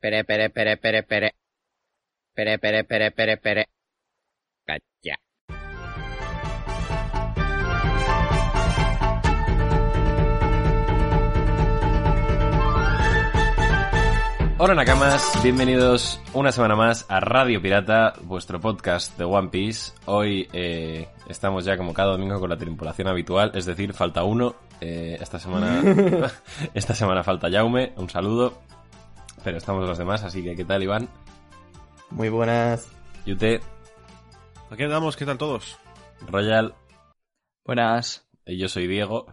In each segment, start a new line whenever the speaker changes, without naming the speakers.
Pere, pere, pere, pere, pere. Pere, pere, pere, pere, pere. Calla.
Hola Nakamas, bienvenidos una semana más a Radio Pirata, vuestro podcast de One Piece. Hoy eh, estamos ya como cada domingo con la tripulación habitual, es decir, falta uno. Eh, esta semana esta semana falta Jaume, un saludo. Pero estamos los demás, así que ¿qué tal Iván?
Muy buenas.
Yute,
Aquí andamos, ¿qué tal todos?
Royal,
Buenas.
y Eh, yo soy Diego.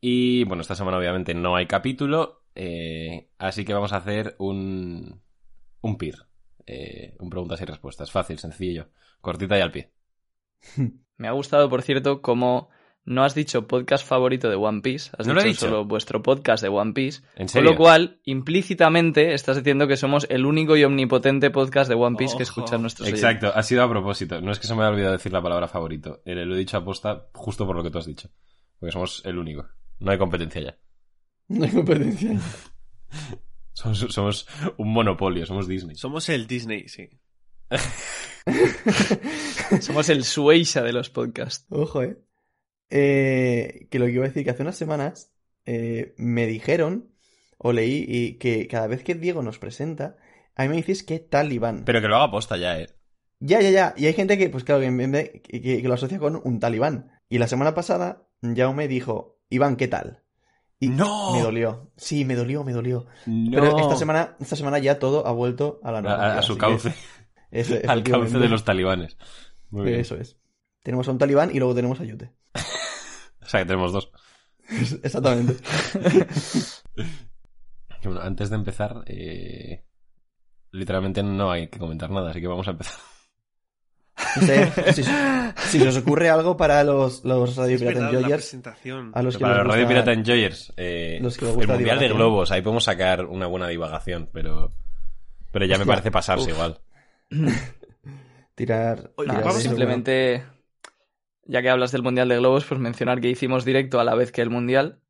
Y bueno, esta semana obviamente no hay capítulo, eh, así que vamos a hacer un, un PIR. eh, un preguntas y respuestas, fácil, sencillo, cortita y al pie.
Me ha gustado, por cierto, como no has dicho podcast favorito de One Piece, has
No lo
dicho,
he dicho.
solo vuestro podcast de One Piece,
¿En
con
serio?
lo cual implícitamente estás diciendo que somos el único y omnipotente podcast de One Piece que
Ojo.
escuchan nuestros oyentes.
Exacto, ha sido a propósito. No es que se me haya olvidado decir la palabra favorito. Eh, Lo he dicho aposta justo por lo que tú has dicho. Porque somos el único. No hay competencia ya.
No hay competencia.
Somos, somos un monopolio, somos Disney.
Somos el Disney, sí.
Somos el Sueisha de los podcasts.
Ojo, eh. Eh, Que lo que iba a decir, que hace unas semanas eh, me dijeron, o leí, y que cada vez que Diego nos presenta, a mí me dices que talibán.
Pero que lo haga aposta ya, eh.
Ya, ya, ya. Y hay gente que, pues claro, que, en vez de- que- que- que lo asocia con un talibán. Y la semana pasada, Jaume dijo, Iván, ¿qué tal? Y
¡No!
me dolió. Sí, me dolió, me dolió.
No.
Pero esta semana, esta semana ya todo ha vuelto a la
A-
normalidad.
a, a su
así que
cauce,
es-
al cauce de
efectivamente.
los talibanes. Muy bien.
Eso es. Tenemos a un talibán y luego tenemos a Yute.
O sea que tenemos dos.
Exactamente.
Que bueno, antes de empezar, eh, literalmente no hay que comentar nada, así que vamos a empezar.
No sé, si, si se os ocurre algo para los, los Radio
Es
Pirata
verdad, la
Enjoyers,
presentación.
a los que
Para
les
los Radio
gusta-
Pirata Enjoyers, eh,
los que les
el
gusta
Mundial de
divagación.
Globos, ahí podemos sacar una buena divagación, pero, pero ya me
Hostia,
parece pasarse igual.
tirar...
Oye,
tirar
Nada,
vamos a-
eso,
simplemente, ya que hablas del Mundial de Globos, pues mencionar que hicimos directo a la vez que el Mundial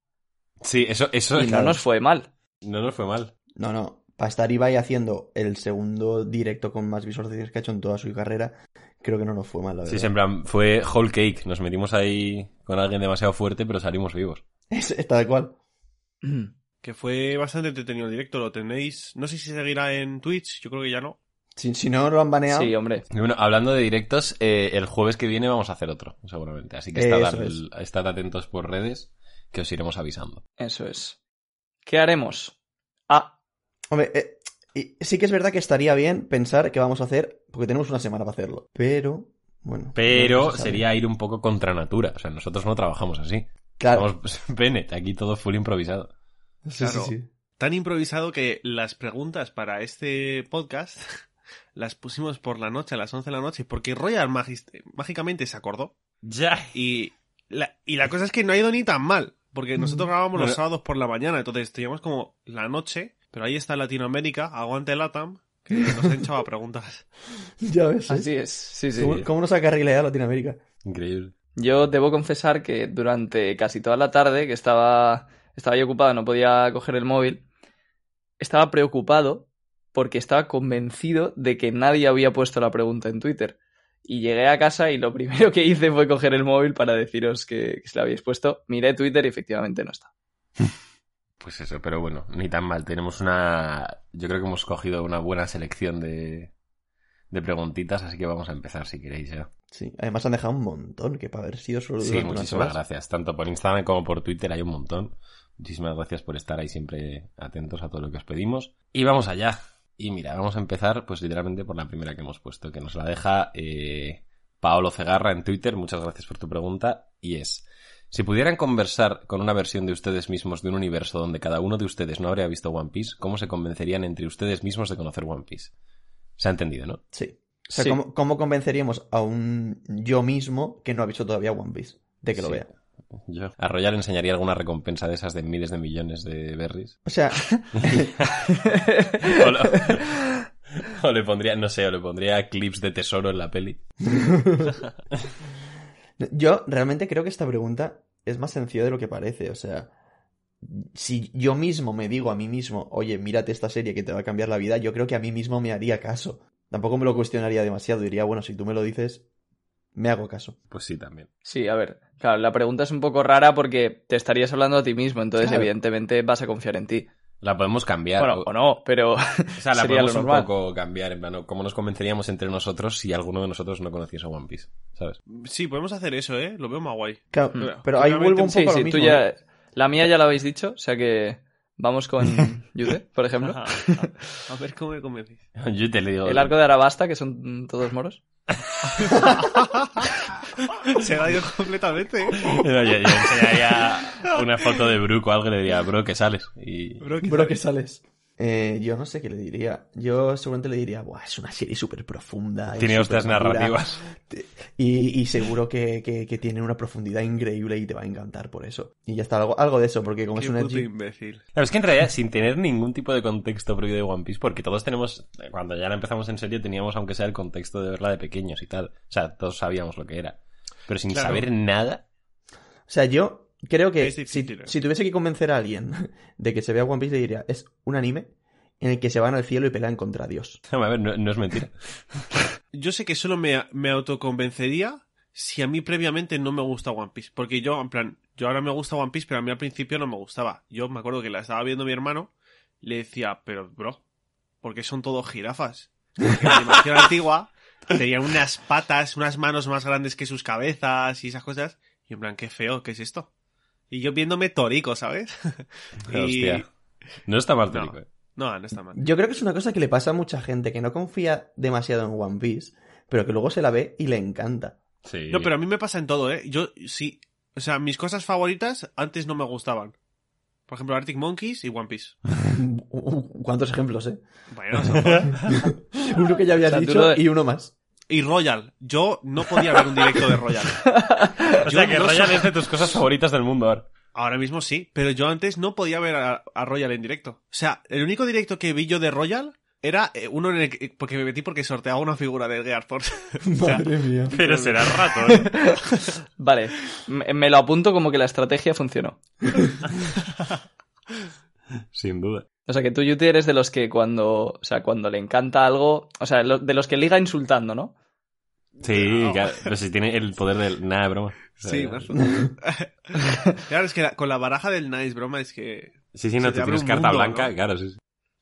Sí, eso, eso
y no
claro.
nos fue mal.
no nos fue mal.
No, no. Para estar Ibai haciendo el segundo directo con más visualizaciones que ha hecho en toda su carrera, creo que no nos fue mal, la verdad.
Sí, sí, en plan, fue whole cake. Nos metimos ahí con alguien demasiado fuerte, pero salimos vivos.
Es- es tal cual.
Que fue bastante entretenido el directo, lo tenéis. No sé si seguirá en Twitch, yo creo que ya no.
Si, si no lo han baneado,
Sí, hombre.
Y bueno, hablando de directos, eh, el jueves que viene vamos a hacer otro, seguramente. Así que
Eh,
estad,
eso
al- estad atentos por redes, que os iremos avisando.
Eso es. ¿Qué haremos? Ah,
Hombre, eh, y sí que es verdad que estaría bien pensar que vamos a hacer, porque tenemos una semana para hacerlo. Pero, bueno.
Pero
no se sabe.
sería ir un poco contra natura. O sea, nosotros no trabajamos así.
Claro,
Vamos, pene, aquí todo full improvisado.
sí, sí,
claro.
sí.
Tan improvisado que las preguntas para este podcast las pusimos por la noche, a las 11 de la noche, porque Royal magist- mágicamente se acordó.
Ya.
Y la, y la cosa es que no ha ido ni tan mal, porque nosotros grabábamos los
Pero-
sábados por la mañana, entonces teníamos como la noche, pero ahí está Latinoamérica, aguante Latam, que nos han echado a preguntas.
Ya ves. ¿eh?
así es. Sí, sí.
¿Cómo, cómo nos acarrilea Latinoamérica?
Increíble.
Yo debo confesar que durante casi toda la tarde, que estaba, estaba yo ocupado, no podía coger el móvil, estaba preocupado porque estaba convencido de que nadie había puesto la pregunta en Twitter. Y llegué a casa y lo primero que hice fue coger el móvil para deciros que, que se la habíais puesto. Miré Twitter y efectivamente no está.
Pues eso, pero bueno, ni tan mal. Tenemos una. Yo creo que hemos cogido una buena selección de, de preguntitas, así que vamos a empezar si queréis ya.
Sí, además han dejado un montón, que para haber sido solo
Sí,
durante unas
muchísimas
horas.
gracias. Tanto por Instagram como por Twitter hay un montón. Muchísimas gracias por estar ahí siempre atentos a todo lo que os pedimos. Y vamos allá. Y mira, vamos a empezar pues literalmente por la primera que hemos puesto, que nos la deja eh, Paolo Cegarra en Twitter. Muchas gracias por tu pregunta. Y es, Si pudieran conversar con una versión de ustedes mismos de un universo donde cada uno de ustedes no habría visto One Piece, ¿cómo se convencerían entre ustedes mismos de conocer One Piece? Se ha entendido, ¿no?
Sí. O sea,
Sí.
¿cómo, cómo convenceríamos a un yo mismo que no ha visto todavía One Piece de que lo
Sí.
vea?
Yo. A Royal enseñaría alguna recompensa de esas de miles de millones de berries.
O sea,
O, lo- o le pondría, no sé, o le pondría clips de tesoro en la peli.
yo realmente creo que esta pregunta es más sencilla de lo que parece. O sea, si yo mismo me digo a mí mismo, oye, mírate esta serie que te va a cambiar la vida, yo creo que a mí mismo me haría caso. Tampoco me lo cuestionaría demasiado. Diría, bueno, si tú me lo dices, me hago caso.
Pues sí, también.
Sí, a ver. Claro, la pregunta es un poco rara porque te estarías hablando a ti mismo, entonces
Claro.
evidentemente vas a confiar en ti.
La podemos cambiar.
Bueno,
o-
o no, pero
O sea, la
Sería lo
podemos un
normal.
poco cambiar, en plan, ¿no? ¿cómo nos convenceríamos entre nosotros si alguno de nosotros no conociese One Piece? ¿Sabes?
Sí, podemos hacer eso, ¿eh? Lo veo más guay.
Claro,
Mm.
pero ahí vuelvo un
sí,
poco a lo
sí,
mismo. ¿eh?
tú ya... La mía ya la habéis dicho, o sea que vamos con Yude, por ejemplo.
Ajá. A ver cómo me convences.
Yo te le digo.
El arco de Arabasta, que son mm, todos moros.
Se ha ido completamente. ¿eh?
No, yo, yo enseñaría una foto de Brook o algo y le diría, bro, que sales. Y...
Bro, que-
Bro, que sales. Eh, yo no sé qué le diría. Yo seguramente le diría, Buah, es una serie súper profunda.
Tiene otras narrativas.
Y, y seguro que, que- que tiene una profundidad increíble y te va a encantar por eso. Y ya está, algo, algo de eso, porque como
Qué
es una...
puto
G-
imbécil.
Claro, es que en realidad, sin tener ningún tipo de contexto previo de One Piece, porque todos tenemos, eh, cuando ya la empezamos en serio, teníamos aunque sea el contexto de verla de pequeños y tal. O sea, todos sabíamos lo que era. Pero sin
Claro.
saber nada,
O sea, yo creo que
Es
si,
difícil, ¿eh?
si tuviese que convencer a alguien de que se vea One Piece, le diría, es un anime en el que se van al cielo y pelean contra Dios.
a ver, no, no es mentira.
Yo sé que solo me, me autoconvencería si a mí previamente no me gusta One Piece. Porque yo, en plan, yo ahora me gusta One Piece, pero a mí al principio no me gustaba. Yo me acuerdo que la estaba viendo mi hermano, le decía, pero bro, ¿por qué son todos jirafas? Porque la animación antigua tenía unas patas, unas manos más grandes que sus cabezas y esas cosas. Y en plan, qué feo, ¿qué es esto? Y yo viéndome torico, ¿sabes? Y-
Hostia. No está mal,
No.
Tónico, eh.
No, no está mal.
Yo creo que es una cosa que le pasa a mucha gente que no confía demasiado en One Piece, pero que luego se la ve y le encanta.
Sí.
No, pero a mí me pasa en todo, ¿eh? Yo sí. O sea, mis cosas favoritas antes no me gustaban. Por ejemplo, Arctic Monkeys y One Piece.
uh, ¿Cuántos ejemplos, eh?
Bueno, son dos.
Uno que ya había
O sea, tú
dicho
no-
y uno más.
y Royal. Yo no podía ver un directo de Royal.
O sea,
Yo
que
no
Royal
soy-
es de tus cosas favoritas del mundo ahora.
Ahora mismo sí, pero yo antes no podía ver a, a Royal en directo. O sea, el único directo que vi yo de Royal era eh, uno en el que, porque me metí porque sorteaba una figura del Gear Force.
Madre mía.
Pero será rato, ¿eh?
Vale, me, me lo apunto como que la estrategia funcionó.
Sin duda.
O sea que tú, Yuti, eres de los que cuando, o sea, cuando le encanta algo, o sea, lo- de los que liga insultando, ¿no?
Sí,
No.
claro. Pero si tiene el poder del... Nada, broma. O sea,
Sí, pues, más- claro, es que la- con la baraja del Nice, broma, es que...
Sí, sí, no,
Se te
tú
abre
tienes
un
carta
mundo,
blanca,
¿no?
claro, sí, sí.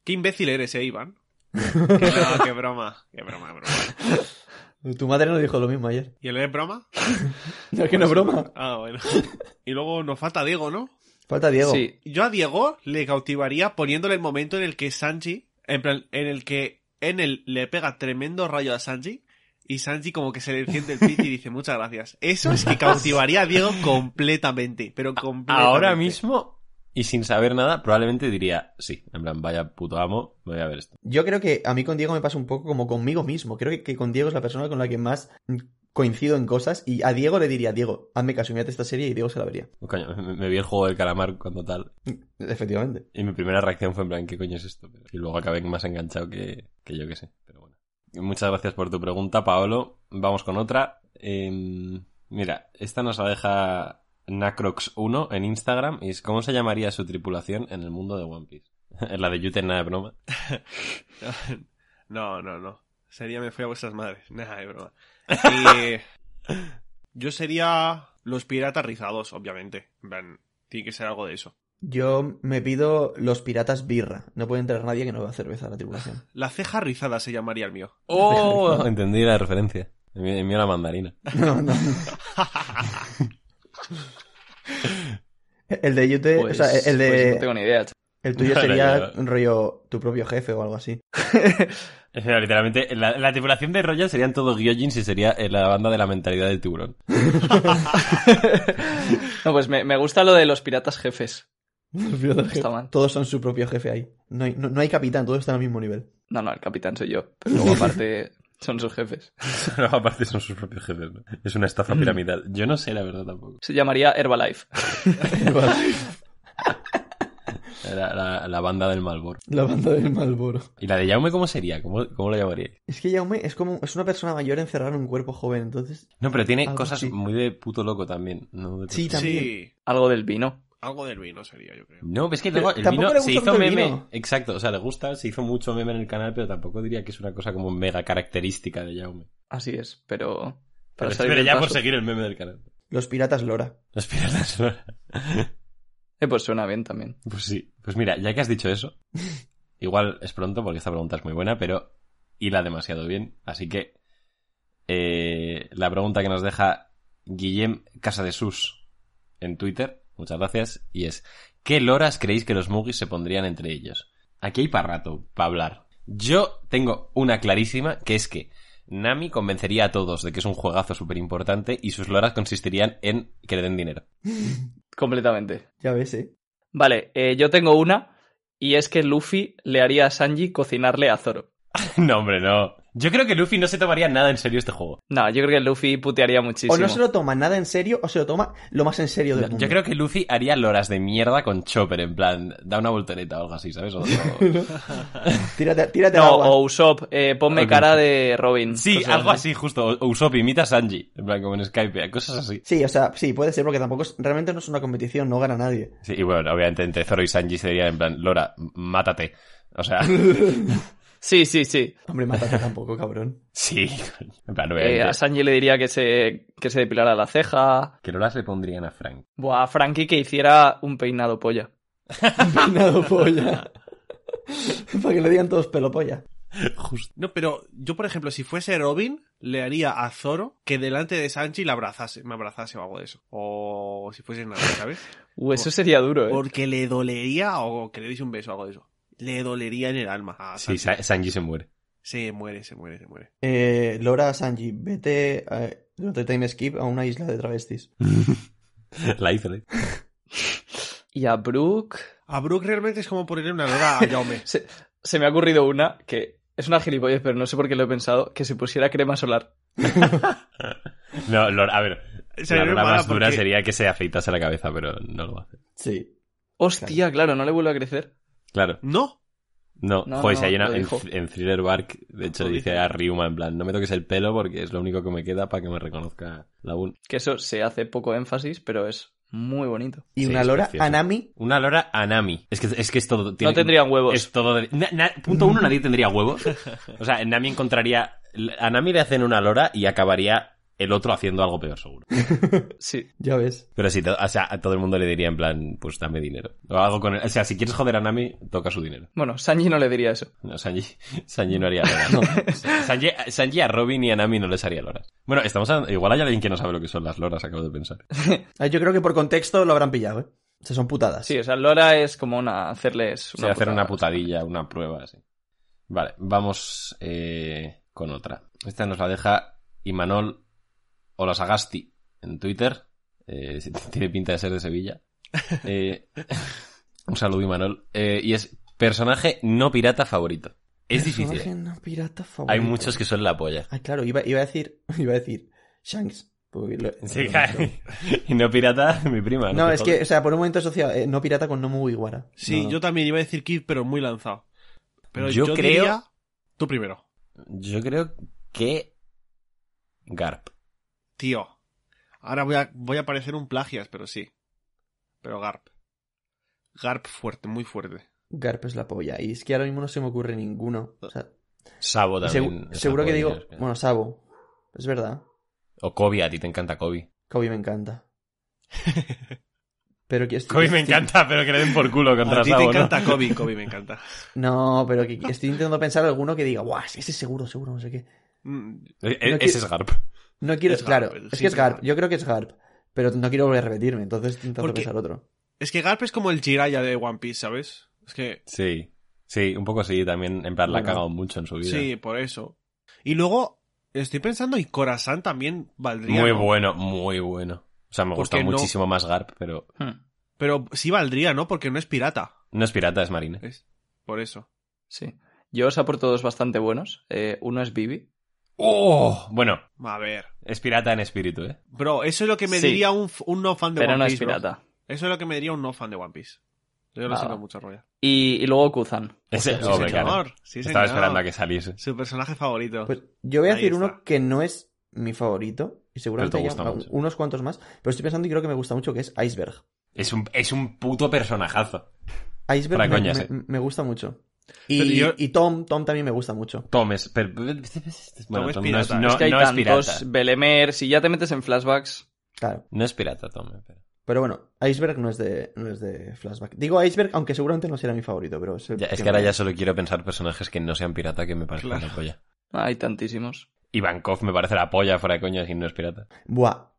Qué imbécil eres, eh, Iván. que no, qué broma, qué broma, broma.
Tu madre nos dijo lo mismo ayer.
¿Y el es broma?
No, que no es broma.
Ah, bueno. Y luego nos falta Diego, ¿no?
Falta Diego.
Sí,
Yo a Diego le cautivaría poniéndole el momento en el que Sanji, en plan, en el que Enel le pega tremendo rayo a Sanji y Sanji como que se le enciende el pit y dice muchas gracias. Eso es que cautivaría a Diego completamente, pero completamente.
Ahora mismo, y sin saber nada, probablemente diría, sí, en plan, vaya puto amo, me voy a ver esto.
Yo creo que a mí con Diego me pasa un poco como conmigo mismo. Creo que, que con Diego es la persona con la que más mm, coincido en cosas. Y a Diego le diría, Diego, hazme caso, mírate esta serie y Diego se la vería.
Pues Coño, me, me vi el juego del calamar cuando tal,
Efectivamente.
y mi primera reacción fue en plan, ¿qué coño es esto? Pero- Y luego acabé más enganchado que, que yo que sé, pero bueno. Y Muchas gracias por tu pregunta, Paolo. Vamos con otra. Em, mira, esta nos la deja Nacrox1 en Instagram, y es ¿cómo se llamaría su tripulación en el mundo de One Piece? la de Yuten, nada de broma.
No, no, no. Sería me fui a vuestras madres. Nah, es broma. Y, yo sería los piratas rizados, obviamente. En plan, tiene que ser algo de eso.
Yo me pido los piratas birra. No puede entrar nadie que no beba cerveza a la tripulación.
La ceja rizada se llamaría el mío.
¡Oh! Entendí la referencia. Envió envió la mandarina.
No, no. El de Yute,
pues,
o sea, el de,
pues no tengo ni idea. chaval.
El tuyo
No, no,
sería
no, no.
un rollo tu propio jefe o algo así.
O sea, literalmente, la, la tripulación de Royal serían todos Gyojins y sería eh, la banda de la mentalidad del tiburón.
No, pues me, me gusta lo de los piratas jefes. Está mal.
Todos son su propio jefe ahí. No hay, no- no hay capitán, todos están al mismo nivel.
No, no, el capitán soy yo. Pero luego aparte son sus jefes.
No, aparte son sus propios jefes. ¿no? Es una estafa piramidal. Yo no sé, la verdad, tampoco.
Se llamaría Herbalife.
Era la, la banda del Malbor.
La banda del Malboro.
¿Y la de Jaume cómo sería? ¿Cómo, cómo la llamaría?
Es que Jaume es como es una persona mayor encerrada en un cuerpo joven, entonces.
No, pero tiene
Algo
cosas
así.
muy de puto loco también. ¿no? De
Sí,
puto-
también.
Sí,
Algo del vino.
algo del vino sería, yo creo.
No, es que
Pero
luego el
tampoco
vino
le
se
gusta
hizo
mucho el
meme.
vino.
Exacto, o sea, le gusta, se hizo mucho meme en el canal, pero tampoco diría que es una cosa como mega característica de Jaume.
Así es, pero...
Pero,
Para
sí,
salir
pero
del
ya por
paso.
seguir el meme del canal.
Los piratas Lora.
Los piratas.
Eh, pues suena bien también.
Pues sí. Pues mira, ya que has dicho eso, igual es pronto porque esta pregunta es muy buena, pero hila demasiado bien. Así que eh, la pregunta que nos deja Guillem Casa de Sus en Twitter, muchas gracias, y es ¿qué loras creéis que los Mugis se pondrían entre ellos? Aquí hay para rato, para hablar. Yo tengo una clarísima, que es que Nami convencería a todos de que es un juegazo súper importante y sus loras consistirían en que le den dinero.
Completamente.
Ya ves, eh.
Vale, eh, yo tengo una. Y es que Luffy le haría a Sanji cocinarle a Zoro.
No, hombre, no. Yo creo que Luffy no se tomaría nada en serio este juego.
No, yo creo que Luffy putearía muchísimo.
O no se lo toma nada en serio, o se lo toma lo más en serio del mundo.
Yo creo que Luffy haría loras de mierda con Chopper, en plan, da una voltereta o algo así, ¿sabes? O- o-
Tírate, tírate
No,
al agua.
o Usopp, eh, ponme
Ok.
cara de Robin.
Sí,
Cosas
algo así, justo. O- o Usopp imita a Sanji, en plan, como en Skype, cosas así.
Sí, o sea, sí, puede ser, porque tampoco es- realmente no es una competición, no gana nadie.
Sí, y bueno, obviamente entre Zoro y Sanji sería en plan, Lora, m- mátate. O sea,
Sí, sí, sí.
Hombre, mátate tampoco, cabrón.
sí. En plan,
Eh,
obviamente.
a Sanji le diría que se, que se depilara la ceja.
¿Qué loras le pondrían a Frank?
Buah, a Frankie que hiciera un peinado polla.
Peinado polla. Para que le digan todos pelo polla.
Justo.
No, pero yo, por ejemplo, si fuese Robin, le haría a Zoro que delante de Sanji la abrazase, me abrazase o algo de eso. O si fuese nada, ¿sabes?
Uh, eso
Por-
sería duro, eh.
Porque le dolería o que le diese un beso o algo de eso. Le dolería en el alma. a
Sí,
Sanji.
Sa- Sanji se muere.
Se muere, se muere, se muere.
Eh, Lora, Sanji, vete eh, durante el time skip a una isla de travestis.
La hizo, ¿eh?
Y a Brooke.
A Brooke realmente es como ponerle una lora a Jaume.
Se, se me ha ocurrido una que es una gilipollez, pero no sé por qué lo he pensado. Que se pusiera crema solar.
No, Lora, a ver.
Sería
la Lora
mala
más dura
porque-
sería que se afeitase la cabeza, pero no lo hace.
Sí.
Hostia, claro, no le vuelve a crecer.
Claro.
No,
No,
No,
joder,
no,
si hay una-
lo
en,
dijo.
en Thriller Bark, de hecho,
Lo
dice
dice.
a Ryuma, en plan, no me toques el pelo porque es lo único que me queda para que me reconozca la UN.
Que eso se hace poco énfasis, pero es muy bonito.
Y
Sí,
una
es
Lora,
precioso.
Anami.
Una lora Anami. Es que es, que es todo... tiene-
no tendrían huevos.
Es todo... de- na- na- punto uno, nadie tendría huevos. O sea, Nami encontraría... A Nami le hacen una lora y acabaría el otro haciendo algo peor, seguro.
Sí.
Ya ves.
Pero sí, to- o sea, a todo el mundo le diría, en plan, pues dame dinero. O algo con... el- O sea, si quieres joder a Nami, toca su dinero.
Bueno, Sanji no le diría eso.
No, Sanji, Sanji no haría loras. Sanji, Sanji a Robin y a Nami no les haría loras. Bueno, estamos hablando- igual hay alguien que no sabe lo que son las loras, acabo de pensar.
Ah, Yo creo que por contexto lo habrán pillado, ¿eh? O sea, son putadas.
Sí, o sea, Lora es como una hacerles
O
una
sea, hacer
putada.
una putadilla, una prueba, así. Vale, vamos eh, con otra. Esta nos la deja Imanol Olasagasti en Twitter. Eh, tiene pinta de ser de Sevilla. Eh, un saludo, Imanol. Eh, y es personaje no pirata favorito. Es difícil.
Personaje
eh.
no pirata favorito.
Hay muchos que son la polla.
Ah, claro, iba, iba a decir. Iba a decir. Shanks. porque lo-
Sí,
lo-
claro. Y no pirata, mi prima.
No,
Te
es
jodas.
que, o sea, por un momento asociado, eh, no pirata con Nomu Iguara.
sí,
No, no.
yo también iba a decir Kid, pero muy lanzado. Pero
Yo
yo,
creo-
diría- Tú primero,
Yo creo que. Garp.
tío. Ahora voy a, voy a parecer un plagias, pero sí. Pero Garp. Garp fuerte, muy fuerte.
Garp es la polla. Y es que ahora mismo no se me ocurre ninguno. O sea,
Sabo también.
segu-
es
seguro
la
que
polla,
digo,
es que-
bueno, Sabo. Es verdad.
O Kobe, a ti te encanta Kobe.
Kobe me encanta. Pero que estoy,
Kobe me
estoy-
encanta, pero que le den por culo contra
A ti
Sabo,
te
¿no?
encanta Kobe, Kobe me encanta.
No, pero que estoy intentando pensar alguno que diga, guau, ese seguro, seguro, no sé qué.
Mm,
Eh, eh,
No
ese
quiero-
es Garp.
No quiero,
Es Garp,
claro,
el
es que es
simple
Garp.
Garp.
Yo creo que es Garp. Pero no quiero volver a repetirme, entonces intento
Porque-
pensar otro.
Es que Garp es como el Jiraya de One Piece, ¿sabes? Es que,
Sí, sí, un poco sí, también, en plan, la ha
Bueno.
cagado mucho en su vida.
sí, por eso. Y luego, estoy pensando, y Corazán también valdría.
Muy
¿no?
bueno, muy bueno. O sea, me
¿Por
gusta
qué no?
muchísimo más Garp, pero
Hmm,
Pero sí valdría, ¿no? Porque no es pirata.
no es pirata, es marine.
Es por eso.
sí. Yo os aporto dos bastante buenos. Eh, uno es Bibi.
¡Oh! Bueno,
A ver.
es pirata en espíritu, ¿eh?
Bro, eso es lo que me
Sí.
diría un, f- un no fan de
Pero
One
no
Piece.
es
bro.
pirata.
Eso es lo que me diría un no fan de One Piece. Yo lo
Ah.
siento mucho, Roya.
Y, y luego Kuzan.
Ese,
Sí,
oh,
señor.
me encanta.
Sí,
Estaba
señor.
esperando a que saliese.
Su personaje favorito.
Pues yo voy a
Ahí
decir
está.
uno que no es mi favorito, y seguramente
Pero te
haya
gusta mucho.
unos cuantos más, pero estoy pensando y creo que me gusta mucho, que es Iceberg.
Es un, es un puto personajazo. Para
Iceberg me,
coñas,
me-
eh.
me gusta mucho.
Pero
Y,
yo-
y Tom, Tom también me gusta mucho.
Tom es... pero- bueno,
es
Tom no es,
pirata.
no,
Es
es que hay
no es pirata.
tantos. Belemer. Si ya te metes en flashbacks.
Claro.
No es pirata, Tom. eh, pero-
Pero bueno, Iceberg no es de, no es de flashback. Digo Iceberg, aunque seguramente no será mi favorito, pero el
Ya, es
que
que ahora
me-
ya solo quiero pensar personajes que no sean pirata que me parecen
Claro.
una polla.
Ah, hay tantísimos.
Ivankov me parece la polla fuera de coña si no es pirata.
Buah.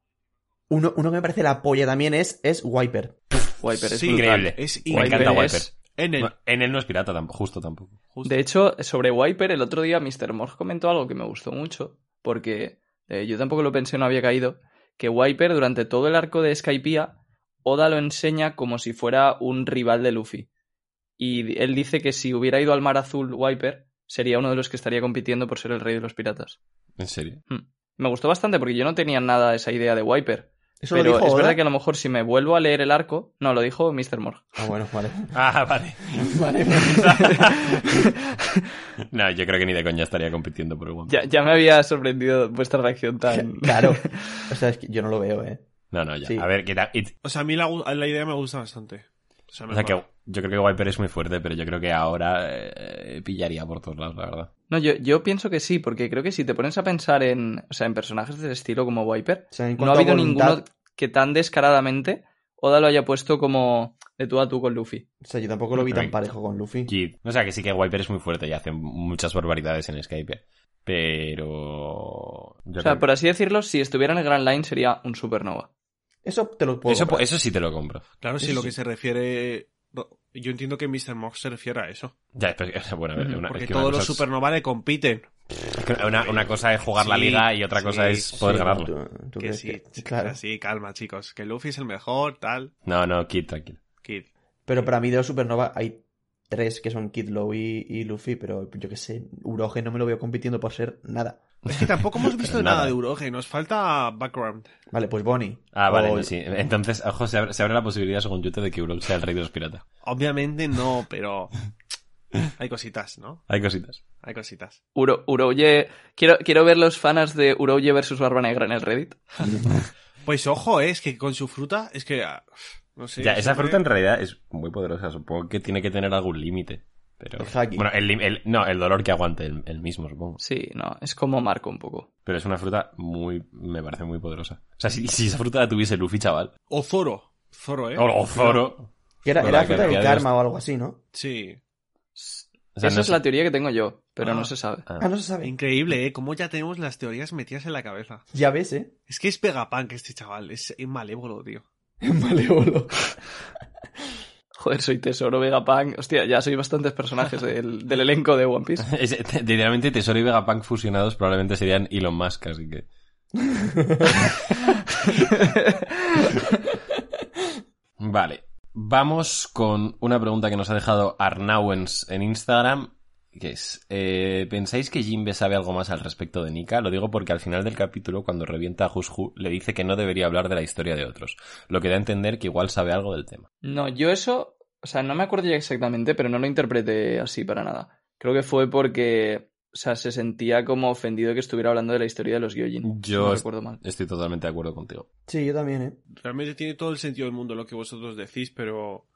Uno, uno que me parece la polla también es, es Wiper.
Wiper es
Sí,
brutal.
Increíble.
Es
Me
increíble.
encanta
Wiper
Wiper.
es-
En el.
No, en él no es pirata, tampoco, justo tampoco.
justo.
De hecho, sobre Wiper, el otro día Mr. Morg comentó algo que me gustó mucho, porque eh, yo tampoco lo pensé, no había caído, que Wiper durante todo el arco de Skypiea, Oda lo enseña como si fuera un rival de Luffy. Y di- él dice que si hubiera ido al mar azul Wiper, sería uno de los que estaría compitiendo por ser el rey de los piratas.
¿En serio?
Me gustó bastante porque yo no tenía nada esa idea de Wiper.
Eso
Pero
lo dijo
es
Oda.
verdad que a lo mejor si me vuelvo a leer el arco, no, lo dijo Mr. Morg.
Ah, bueno, vale.
Ah, vale. pues,
vale.
No, yo creo que ni de coña estaría compitiendo por el One Piece.
Ya, ya me había sorprendido vuestra reacción tan...
claro. O sea, es que yo no lo veo, eh.
No, no, ya.
Sí.
A ver, que ta- it-
O sea, a mí la, la idea me gusta bastante. O sea, me
o sea que
mola.
yo creo que Wiper es muy fuerte, pero yo creo que ahora eh, pillaría por todos lados, la verdad.
No, yo, yo pienso que sí, porque creo que si te pones a pensar en, o sea, en personajes del estilo como Viper,
O sea, en
no ha
cuanto a
habido
voluntad,
ninguno que tan descaradamente Oda lo haya puesto como de tú a tú con Luffy.
O sea, yo tampoco lo vi tan
Ok.
parejo con Luffy.
Kid. O sea, que sí que Wiper es muy fuerte y hace muchas barbaridades en Skype. eh. Pero... yo
o sea,
creo-
por así decirlo, si estuviera en el Grand Line sería un supernova.
Eso te lo puedo
eso, po-
comprar.
eso sí te lo compro.
Claro, si
eso
lo
sí.
que se refiere. Yo entiendo que Mr. Mox se refiere a eso.
Ya, pero- o sea, bueno, a ver,
Ujú,
una,
Porque
es que una
todos los
cosa es-
supernovae compiten.
es que una, una cosa es jugar la
Sí,
liga y otra cosa
sí,
es poder
Sí,
ganarlo.
¿tú- tú
Que
crees
sí,
que- Claro.
sí, calma, chicos. Que Luffy es el mejor, tal.
No, no, Kid, tranquilo.
Kid.
Pero para mí de los Supernova hay tres que son Kid Low y, y Luffy, pero yo qué sé, Uroge no me lo veo compitiendo por ser nada.
Es que tampoco hemos visto
Nada.
nada de Uroge. Nos falta background.
Vale, pues Bonnie.
Ah, vale,
O-
no, sí. Entonces, ojo, se abre, se abre la posibilidad, según Yute, de que Urol sea el rey de los piratas.
Obviamente no, pero. Hay cositas, ¿no?
Hay cositas.
Hay cositas.
Uro, Uroye... Quiero, quiero ver los fanas de Uroye versus Barba Negra en el Reddit.
Pues ojo, eh, es que con su fruta, es que. ah, No sé.
ya, esa
siempre-
fruta en realidad es muy poderosa. Supongo que tiene que tener algún límite. Pero...
El haki.
Bueno, el, lim- el- no, el dolor que aguante el, el mismo, supongo.
Sí, no, es como Marco un poco.
Pero es una fruta muy... me parece muy poderosa. O sea, si, si esa fruta la tuviese Luffy, chaval.
O Zoro. Zoro, eh.
O, o Zoro.
que era,
Bueno,
era
la
fruta del
cantidad de los-
karma o algo así, ¿no?
Sí.
O sea,
Esa
no
es
sé.
la teoría que tengo yo, pero
Ah.
no se sabe.
Ah.
Ah, no se sabe.
Increíble, ¿eh? Cómo ya tenemos las teorías metidas en la cabeza.
Ya ves, ¿eh?
Es que es que este chaval. Es malévolo, tío.
Malévolo.
Joder, soy Tesoro, Vegapunk... Hostia, ya soy bastantes personajes del, del elenco de One Piece.
Es- te- literalmente Tesoro y Vegapunk fusionados probablemente serían Elon Musk, así que... Vale. Vamos con una pregunta que nos ha dejado Arnauens en Instagram, que es, eh, ¿pensáis que Jimbe sabe algo más al respecto de Nika? Lo digo porque al final del capítulo, cuando revienta a Jushu, le dice que no debería hablar de la historia de otros, lo que da a entender que igual sabe algo del tema.
No, yo eso, o sea, no me acuerdo ya exactamente, pero no lo interpreté así para nada. Creo que fue porque, o sea, se sentía como ofendido que estuviera hablando de la historia de los Gyojin. si
Yo-
No recuerdo mal.
Estoy totalmente de acuerdo contigo.
Sí, yo también, ¿eh?
Realmente tiene todo el sentido del mundo lo que vosotros decís, pero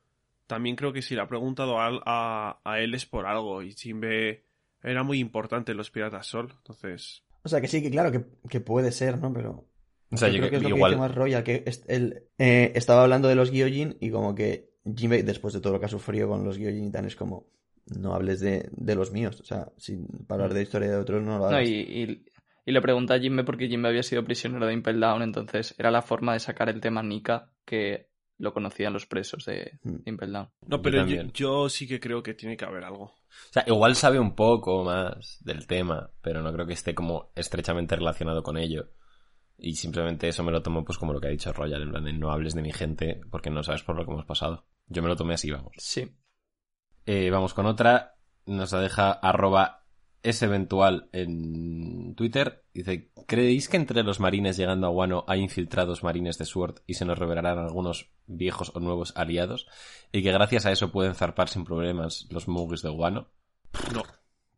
también creo que si le ha preguntado a, a- a él es por algo. Y Jimbe era muy importante en los Piratas Sol. Entonces,
O sea, que sí, que claro, que, que puede ser, ¿no? Pero
O sea, yo,
yo creo que es lo
igual...
que dice más Royal, que es- él eh, estaba hablando de los Gyojin y como que Jimbe, después de todo lo que ha sufrido con los Gyojin y tan, es como, no hables de, de los míos. O sea, sin, para hablar de la historia de otros no lo
No,
hagas.
y, y- y le pregunté a Jimbe porque Jimbe había sido prisionero de Impel Down, entonces era la forma de sacar el tema Nika que lo conocían los presos de
Mm.
Impel Down.
No,
Yo
pero yo,
también.
yo sí que creo que tiene que haber algo.
O sea, igual sabe un poco más del tema, pero no creo que esté como estrechamente relacionado con ello. Y simplemente eso me lo tomo pues como lo que ha dicho Royal, en plan de no hables de mi gente porque no sabes por lo que hemos pasado. Yo me lo tomé así, vamos.
Sí.
Eh, vamos con otra. Nos la deja arroba eventual en Twitter. Dice, ¿creéis que entre los marines llegando a Guano hay infiltrados marines de SWORD y se nos revelarán algunos viejos o nuevos aliados? Y que gracias a eso pueden zarpar sin problemas los mugis de Guano.
No.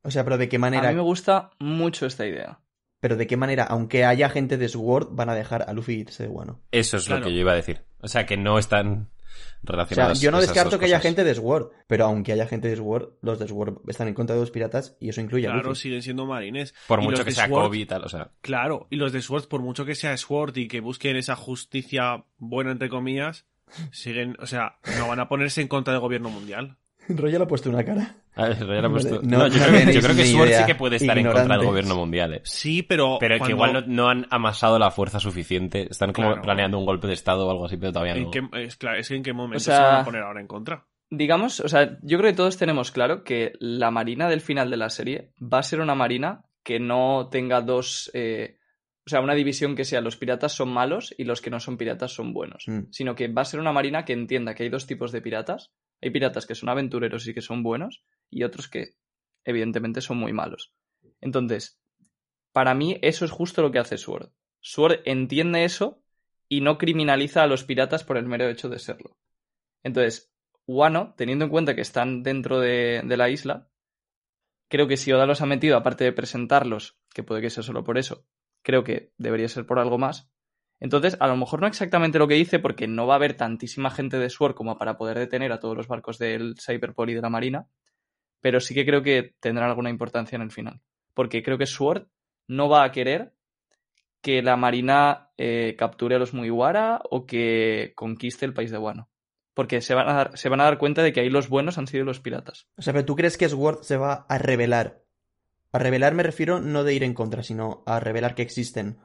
O sea, pero de qué
A
manera,
mí me gusta mucho esta idea.
pero de qué manera, aunque haya gente de SWORD, van a dejar a Luffy irse de Wano.
Eso es
Claro.
lo que yo iba a decir. O sea, que no están
O sea,
relacionados.
yo no descarto que haya gente de SWORD, pero aunque haya gente de SWORD, los de SWORD están en contra de los piratas y eso incluye a
Claro,
Luffy.
siguen siendo marines.
Por
Y
mucho
los
que
de
sea
SWORD,
Kobe y tal, o sea.
Claro, y los de SWORD, por mucho que sea SWORD y que busquen esa justicia buena, entre comillas, siguen, o sea, no van a ponerse en contra del gobierno mundial.
Royal ha puesto una cara.
A ver, Royal ha
Vale,
puesto-
no-
No, yo,
no
creo, que- yo
tenéis
creo que
ni
Sword sí
idea.
que puede estar en contra del
Ignorantes.
gobierno mundial, eh.
Sí, pero.
Pero que
cuando-
igual no, no han amasado la fuerza suficiente. Están como
Claro.
planeando un golpe de estado o algo así, pero todavía no.
¿en qué- es, claro, es que en qué momento
O sea-
se van a poner ahora en contra.
Digamos, o sea, yo creo que todos tenemos claro que la marina del final de la serie va a ser una marina que no tenga dos. eh, o sea, una división que sea los piratas son malos y los que no son piratas son buenos.
Mm.
Sino que va a ser una marina que entienda que hay dos tipos de piratas. Hay piratas que son aventureros y que son buenos, y otros que, evidentemente, son muy malos. Entonces, para mí, eso es justo lo que hace Sword. Sword entiende eso y no criminaliza a los piratas por el mero hecho de serlo. Entonces, Wano, teniendo en cuenta que están dentro de, de la isla, creo que si Oda los ha metido, aparte de presentarlos, que puede que sea solo por eso, creo que debería ser por algo más. Entonces, a lo mejor no exactamente lo que dice, porque no va a haber tantísima gente de SWORD como para poder detener a todos los barcos del Cyberpol y de la Marina, pero sí que creo que tendrán alguna importancia en el final. Porque creo que SWORD no va a querer que la Marina eh, capture a los Mugiwara o que conquiste el país de Wano. Porque se van, a dar, se van a dar cuenta de que ahí los buenos han sido los piratas.
O sea, pero tú crees que SWORD se va a revelar. A revelar me refiero no de ir en contra, sino a revelar que existen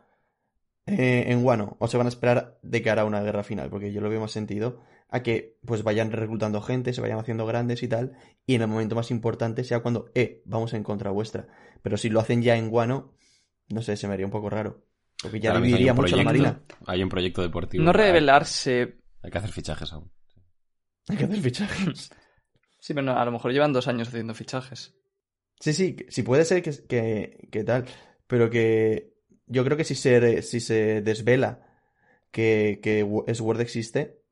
eh, en Wano. O se van a esperar de cara a una guerra final, porque yo lo veo más sentido a que pues vayan reclutando gente, se vayan haciendo grandes y tal, y en el momento más importante sea cuando, eh, vamos en contra vuestra. Pero si lo hacen ya en Guano, no sé, se me haría un poco raro. Porque ya
Ahora mismo hay
dividiría
un
mucho la
proyecto-
marina.
Hay un proyecto deportivo.
No
Hay-
revelarse.
Hay que hacer fichajes aún.
Hay que hacer fichajes.
Sí, pero no, a lo mejor llevan dos años haciendo fichajes.
Sí, sí, que- sí puede ser que, que, que tal, pero que yo creo que si se, re- si se desvela que, que Wo- Sword existe,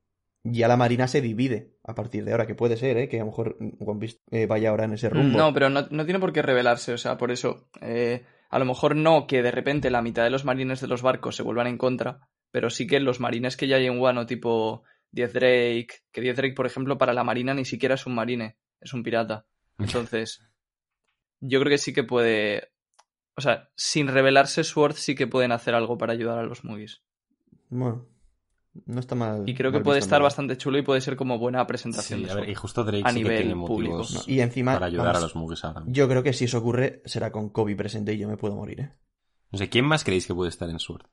ya la marina se divide a partir de ahora, que puede ser, ¿eh? que a lo mejor One Piece eh, vaya ahora en ese rumbo.
No, pero no, no tiene por qué revelarse, o sea, por eso. eh, a lo mejor no que de repente la mitad de los marines de los barcos se vuelvan en contra, pero sí que los marines que ya hay en Wano, tipo 10 Drake, que 10 Drake, por ejemplo, para la marina ni siquiera es un marine, es un pirata. Entonces, yo creo que sí que puede. O sea, sin revelarse Sword, sí que pueden hacer algo para ayudar a los Moogies.
Bueno, no está mal.
Y creo que
mal
puede
visto
estar
nada.
bastante chulo y puede ser como buena presentación.
Sí,
de
a ver,
Sword.
y justo Drake
A
sí que
nivel
tiene
público.
motivos
No, y encima,
para ayudar a
vamos,
los Mugis ahora. mismo.
yo creo que si eso ocurre será con Kobe presente y yo me puedo morir, ¿eh?
No sé, ¿quién más creéis que puede estar en Sword?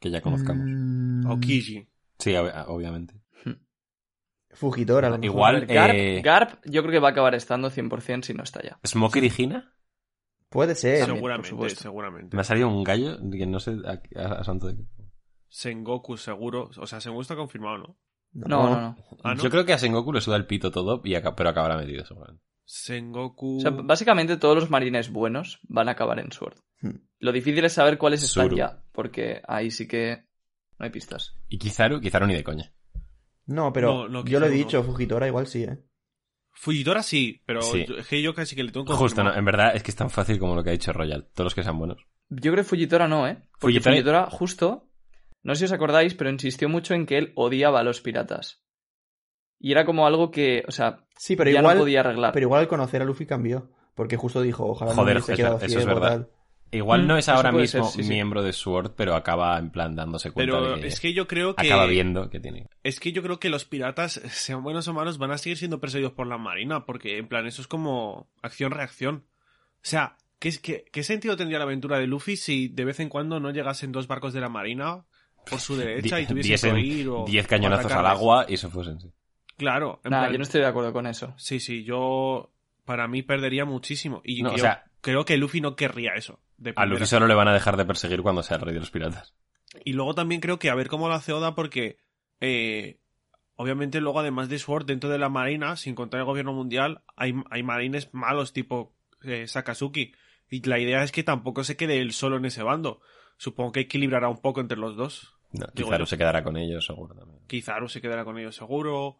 Que ya conozcamos.
Mm,
O Kiji.
Sí, a- a- obviamente.
Fujitora, a lo mejor.
Igual,
Garp,
eh,
Garp, yo creo que va a acabar estando 100% si no está ya.
¿Smoker y Gina?
Puede ser.
Seguro. por
seguramente,
supuesto.
seguramente.
Me ha salido un gallo que no sé a, a- a santo de qué.
Sengoku, seguro. O sea, Sengoku está confirmado, ¿no?
No, no, no.
Ah, ¿no?
Yo creo que a Sengoku le suda el pito todo, y aca- pero acabará metido seguramente.
Sengoku.
O sea,
Mm.
básicamente todos los marines buenos van a acabar en Sword.
Hmm.
Lo difícil es saber cuáles están
Zuru.
ya, porque ahí sí que no hay pistas.
Y Kizaru, Kizaru ni de coña.
No, pero
No, no,
yo lo he
quizá no.
dicho, Fujitora igual sí, ¿eh?
Fujitora sí, pero
Sí.
yo- es que yo casi que le tengo
Justo,
confirmado.
no, en verdad es que es tan fácil como lo que ha dicho Royal. Todos los que sean buenos.
Yo creo que Fujitora no, ¿eh? Porque
Fujitora-
Fujitora... justo, no sé si os acordáis, pero insistió mucho en que él odiaba a los piratas. Y era como algo que, o sea,
Sí, pero
ya
igual.
no podía arreglar.
Pero igual al conocer a Luffy cambió. Porque justo dijo, ojalá no
Ah. Joder,
me hubiese
eso-
quedado
eso es
ciego,
verdad.
tal.
Igual
Mm,
no es
eso
ahora
puede
mismo
ser, sí, sí.
miembro de Sword, pero acaba en plan dándose cuenta
Pero
de que,
es que yo creo que.
acaba viendo que tiene.
Es que yo creo que los piratas, eh, sean buenos o malos, van a seguir siendo perseguidos por la marina, porque en plan eso es como acción-reacción. O sea, ¿qué, es- qué, qué sentido tendría la aventura de Luffy si de vez en cuando no llegasen dos barcos de la marina por su derecha y
Die-
tuviesen
diez en-
que huir o.
Diez
o
cañonazos al
atacarles.
agua y se fuesen. sí.
Claro. en
Nah,
plan-
yo no estoy de acuerdo con eso.
Sí, sí, yo. Para mí perdería muchísimo. Y
No, o
yo
sea-
creo que Luffy no querría eso. de
A
primera.
Luffy solo le van a dejar de perseguir cuando sea el rey de los piratas.
Y luego también creo que a ver cómo lo hace Oda porque eh, obviamente luego además de Sword dentro de la marina, sin contar el gobierno mundial, hay, hay marines malos tipo eh, Sakazuki. Y la idea es que tampoco se quede él solo en ese bando. Supongo que equilibrará un poco entre los dos.
No,
Digo
Kizaru
yo.
se quedará con ellos, seguro también.
Kizaru se quedará con ellos seguro.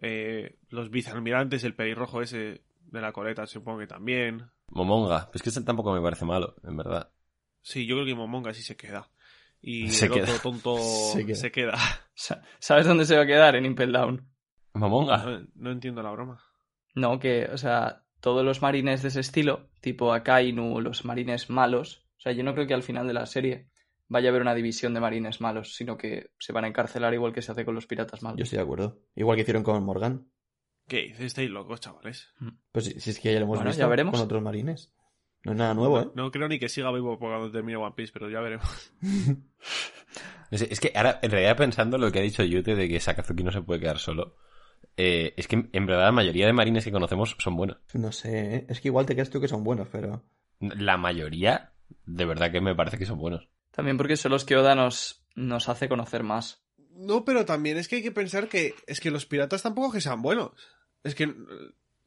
eh, los vicealmirantes, el pelirrojo ese de la coleta, supongo que también.
Momonga, es que ese tampoco me parece malo, en verdad.
Sí, yo creo que Momonga sí se queda. Y
Se
el
queda.
otro tonto
Se queda.
se queda.
Sa- ¿Sabes dónde se va a quedar en Impel Down?
Momonga.
No- no entiendo la broma.
No, que, o sea, todos los marines de ese estilo, tipo Akainu, los marines malos, o sea, yo no creo que al final de la serie vaya a haber una división de marines malos, sino que se van a encarcelar igual que se hace con los piratas malos.
Yo estoy de acuerdo. Igual que hicieron con Morgan.
¿Qué dices? Estáis locos, chavales.
Pues si, si es que ya lo hemos
Bueno,
visto
ya veremos.
con otros marines. No es nada nuevo, ¿eh?
No creo ni que siga vivo por cuando termine One Piece, pero ya veremos.
No sé, es que ahora, en realidad, pensando lo que ha dicho Yute de que Sakazuki no se puede quedar solo, eh, es que en verdad la mayoría de marines que conocemos son buenos.
No sé, ¿eh? Es que igual te crees tú que son buenos, pero...
La mayoría, de verdad que me parece que son buenos.
También porque son los que Oda nos, nos hace conocer más.
No, pero también es que hay que pensar que es que los piratas tampoco que sean buenos. Es que eh,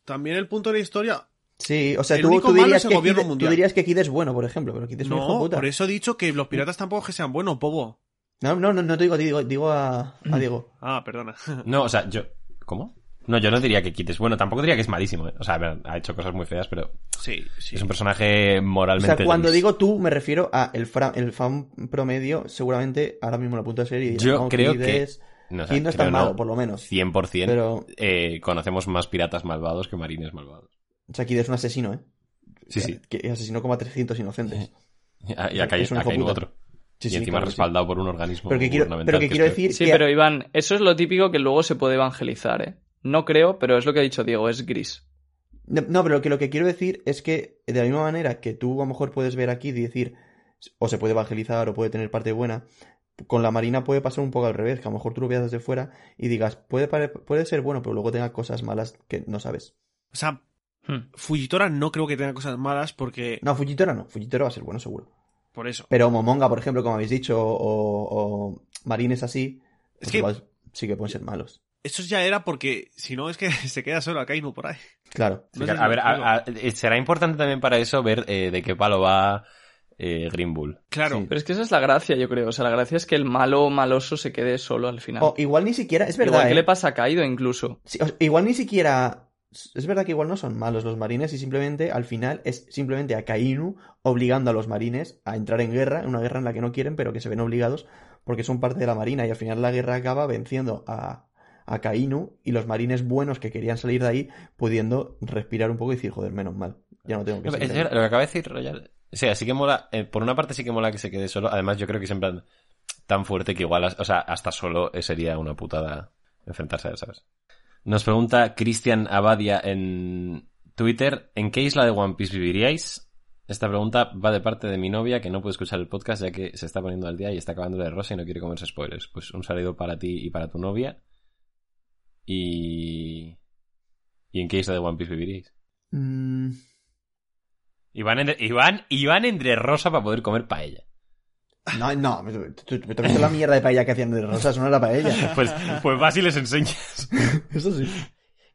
también el punto de la historia.
Sí, o sea,
El
tú,
único
tú
malo
dirías
es el
que
gobierno
Kid, tú
mundial.
dirías que Kid es bueno, por ejemplo, pero Kid es un hijo
no,
de puta.
por eso he dicho que los piratas tampoco que sean buenos, bobo.
No, no, no, no te digo, digo, digo a,
Mm.
a Diego.
Ah, perdona.
No, o sea, yo. ¿Cómo? No, yo no diría que Kit es bueno, tampoco diría que es malísimo. ¿eh? O sea, a ver, ha hecho cosas muy feas, pero
Sí, sí.
es un personaje
O
moralmente.
sea, cuando
gris.
digo tú, me refiero a el, fra- el fan promedio, seguramente ahora mismo lo punto de serie.
Yo creo que-
Es...
No,
Kid no es
creo
tan malo, por lo menos.
100%.
Pero,
eh, conocemos más piratas malvados que marines malvados.
o sea, Kid es un asesino, ¿eh?
Sí,
O sea,
sí.
Que asesinó como a 300 inocentes.
Ah, Y acá, hay-
Eh, Es un hijo
acá hay
puta.
otro.
Sí,
y
sí,
encima este-
claro que sí.
respaldado por un organismo
Pero que quiero,
gubernamental
pero que quiero
es peor.
decir
Sí,
que...
pero Iván, eso es lo típico que luego se puede evangelizar, ¿eh? No creo, pero es lo que ha dicho Diego, es gris.
No, no, pero que lo que quiero decir es que de la misma manera que tú a lo mejor puedes ver aquí y decir, o se puede evangelizar o puede tener parte buena, con la Marina puede pasar un poco al revés, que a lo mejor tú lo veas desde fuera y digas, puede, pare- puede ser bueno, pero luego tenga cosas malas que no sabes.
O sea,
Hmm.
Fujitora no creo que tenga cosas malas porque.
No, Fujitora no, Fujitora va a ser bueno seguro.
Por eso.
Pero Momonga, por ejemplo, como habéis dicho, o, o Marines así, pues
Es que
igual sí que pueden ser malos.
eso ya era porque si no es que se queda solo a Kainu por ahí.
Claro.
Sí,
No sé
claro.
si
a
me
ver,
explico.
a- a- eh, será importante también para eso ver eh, de qué palo va eh, Green Bull.
Claro.
Sí.
Pero es que esa es la gracia, yo creo. O sea, la gracia es que el malo maloso se quede solo al final.
O igual ni siquiera, Oh, es
Igual
verdad,
que
¿eh?
le pasa a Kaido incluso.
Sí, o- igual ni siquiera. Es verdad que igual no son malos los marines y simplemente al final es simplemente a Kainu obligando a los marines a entrar en guerra, en una guerra en la que no quieren pero que se ven obligados porque son parte de la marina y al final la guerra acaba venciendo a, a Kainu y los marines buenos que querían salir de ahí pudiendo respirar un poco y decir, joder, menos mal, ya no tengo que
No, pero
salir
es
de
verdad,
aquí".
lo que acaba de decir Royal. O sea, sí que mola. eh, por una parte sí que mola que se quede solo. Además, yo creo que es en plan tan fuerte que igual, o sea, hasta solo eh, sería una putada enfrentarse a él, ¿sabes? Nos pregunta Cristian Abadia en Twitter: ¿En qué isla de One Piece viviríais? Esta pregunta va de parte de mi novia que no puede escuchar el podcast ya que se está poniendo al día y está acabando de rosa y no quiere comerse spoilers. Pues un saludo para ti y para tu novia. Y. ¿Y en qué isla de One Piece viviríais?
Mm,
Iván, entre, Iván, Iván entre rosa para poder comer paella.
No, no, me, tú- tú- tú has visto la mierda de paella que hacían de rosas, no era paella.
Pues, pues vas y les enseñas.
Eso sí.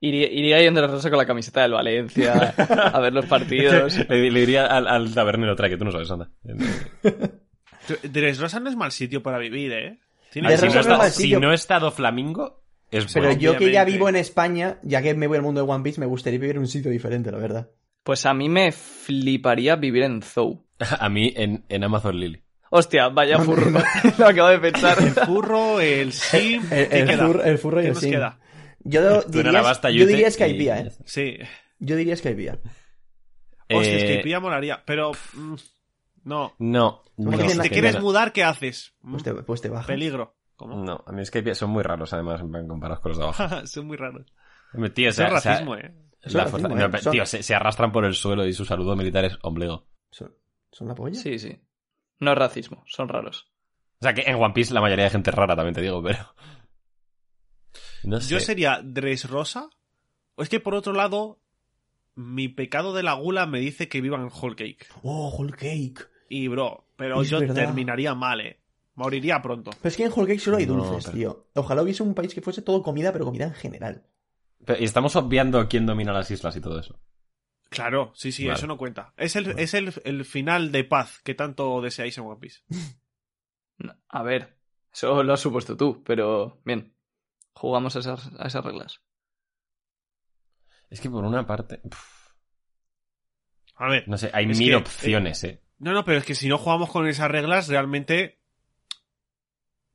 Iría, iría yendo a Rosa con la camiseta del Valencia a ver los partidos.
le, le diría al, al tabernero, trae, que tú no sabes, anda.
Dressrosa no es mal sitio para vivir, ¿eh? Tiene
De
Ah, si,
cosas
no está-
Rosa no es mal
si
sitio.
no he estado Flamingo, es
Pero
bueno.
yo que ya
obviamente.
vivo en España, ya que me voy al mundo de One Piece, me gustaría vivir en un sitio diferente, la verdad.
Pues a mí me fliparía vivir en Zou.
A mí en, en Amazon Lily.
Hostia, vaya furro. Lo acabo de pensar.
El furro, el sim.
El,
¿qué
el
queda?
fur- el furro y
¿Qué
el
nos
sim.
queda?
Yo, lo-
Tú en
diría-
Alabasta,
yo
Yute,
diría
y-
Skypiea,
y ya
¿eh?
está.
Sí.
Yo diría Skypiea.
Hostia, es
Eh,
que pilla molaría, pero mm, no.
No, no,
Porque
Porque
no, es
si te
que
quieres
no.
mudar, ¿qué haces? Mm,
Pues te, pues te bajas. Mm.
Peligro. ¿Cómo?
No, a mí Skype son muy raros, además, en plan, comparados con los de abajo.
Son muy raros.
Hombre, Tío, o
Eso
sea,
es
o sea,
racismo, ¿eh?
la
Son
fuerza-
racismo, ¿eh?
no, pero,
Son-
tío, se, se arrastran por el suelo y su saludo militar es ombligo.
Son, son la polla.
Sí, sí. No es racismo, son raros.
O sea que en One Piece la mayoría de gente es rara, también te digo, pero. No sé.
Yo sería Dressrosa. O es que por otro lado, mi pecado de la gula me dice que vivan Whole Cake.
Oh, Whole Cake.
Y bro, pero
Es
yo
verdad.
terminaría mal, eh. Moriría pronto.
Pero es que en Whole Cake solo hay
No,
dulces,
pero-
tío. Ojalá hubiese un país que fuese todo comida, pero comida en general.
Pero- y estamos obviando quién domina las islas y todo eso.
Claro, sí, sí,
Vale.
eso no cuenta. Es, el, es el, el final de paz que tanto deseáis en One Piece.
No, A ver, eso lo has supuesto tú, pero bien, jugamos a esas, a esas reglas.
Es que por una parte. pf,
A ver.
no sé, hay
Es
mil
que-
opciones, eh.
No, no, pero es que si no jugamos con esas reglas, realmente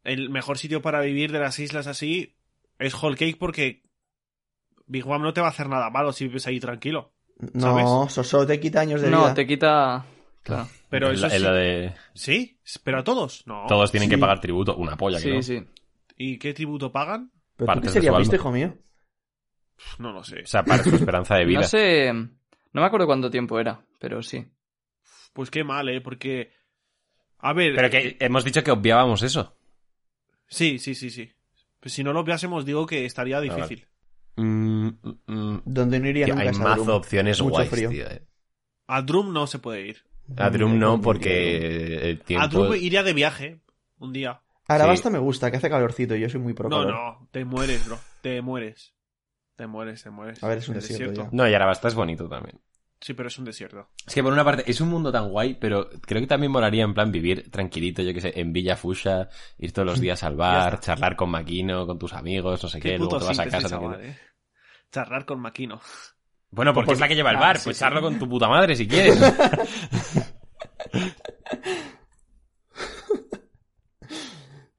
el mejor sitio para vivir de las islas así es Whole Cake porque Big Mom no te va a hacer nada malo si vives ahí tranquilo.
No, eso solo te quita años Pues de
No,
vida.
te quita... Claro.
Pero
En
eso
la- en
sí. Oh,
la de.
¿Sí? ¿Pero a todos? No.
Todos tienen
sí.
que pagar tributo. Una polla, que
Sí,
no.
sí.
¿Y qué tributo pagan?
Pero tú
partes
qué
de
sería
su
visto,
alma.
hijo mío.
Pff, No lo sé.
O sea, para su esperanza de vida.
No sé... No me acuerdo cuánto tiempo era, pero sí.
Pues qué mal, ¿eh? Porque... A ver...
Pero que hemos dicho que obviábamos eso.
Sí, sí, sí, sí. Pues si no lo viásemos, digo que estaría
Ah, vale.
difícil.
Mm, mm, mm.
Donde no iría
Tío,
nunca
hay
es a
mazo
Drum.
opciones
Mucho
guays,
frío.
tío. eh.
A Drum no se puede ir.
A Drum
Nunca
no,
iría a Drum.
porque el
A
tiempo...
Drum iría de viaje un día.
Arabasta me gusta, que hace calorcito. Yo soy muy pro
No,
calor.
no, te mueres, bro. Te mueres. Te mueres, te mueres.
A ver, es un
El
desierto ya.
No, y Arabasta es bonito también.
Sí, pero es un desierto.
Es que por una parte es un mundo tan guay, pero creo que también molaría en plan vivir tranquilito, yo que sé, en Villa Fusha, ir todos los días al
Mm. Ya
bar,
está.
charlar con Maquino, con tus amigos, no sé qué,
Qué
luego
puto
te vas a
simple
casa.
este
también.
chaval, eh. Charlar con Maquino.
Bueno, porque es la que lleva el bar, pues charlo con tu puta madre si quieres.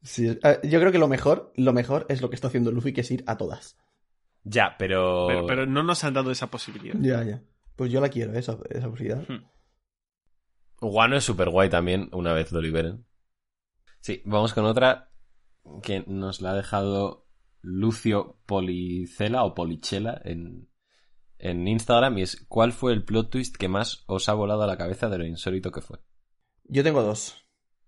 Sí, es- ah, yo creo que lo mejor, lo mejor es lo que está haciendo Luffy, que es ir a todas.
ya, pero...
Pero, pero no nos han dado esa posibilidad. Hmm.
Ya, ya. Pues yo la quiero, esa, esa posibilidad.
Guano es súper guay también, una vez lo liberen. Sí, vamos con otra que nos la ha dejado Lucio Policela o Polichela en, en Instagram y es ¿Cuál fue el plot twist que más os ha volado a la cabeza de lo insólito que fue?
Yo tengo dos.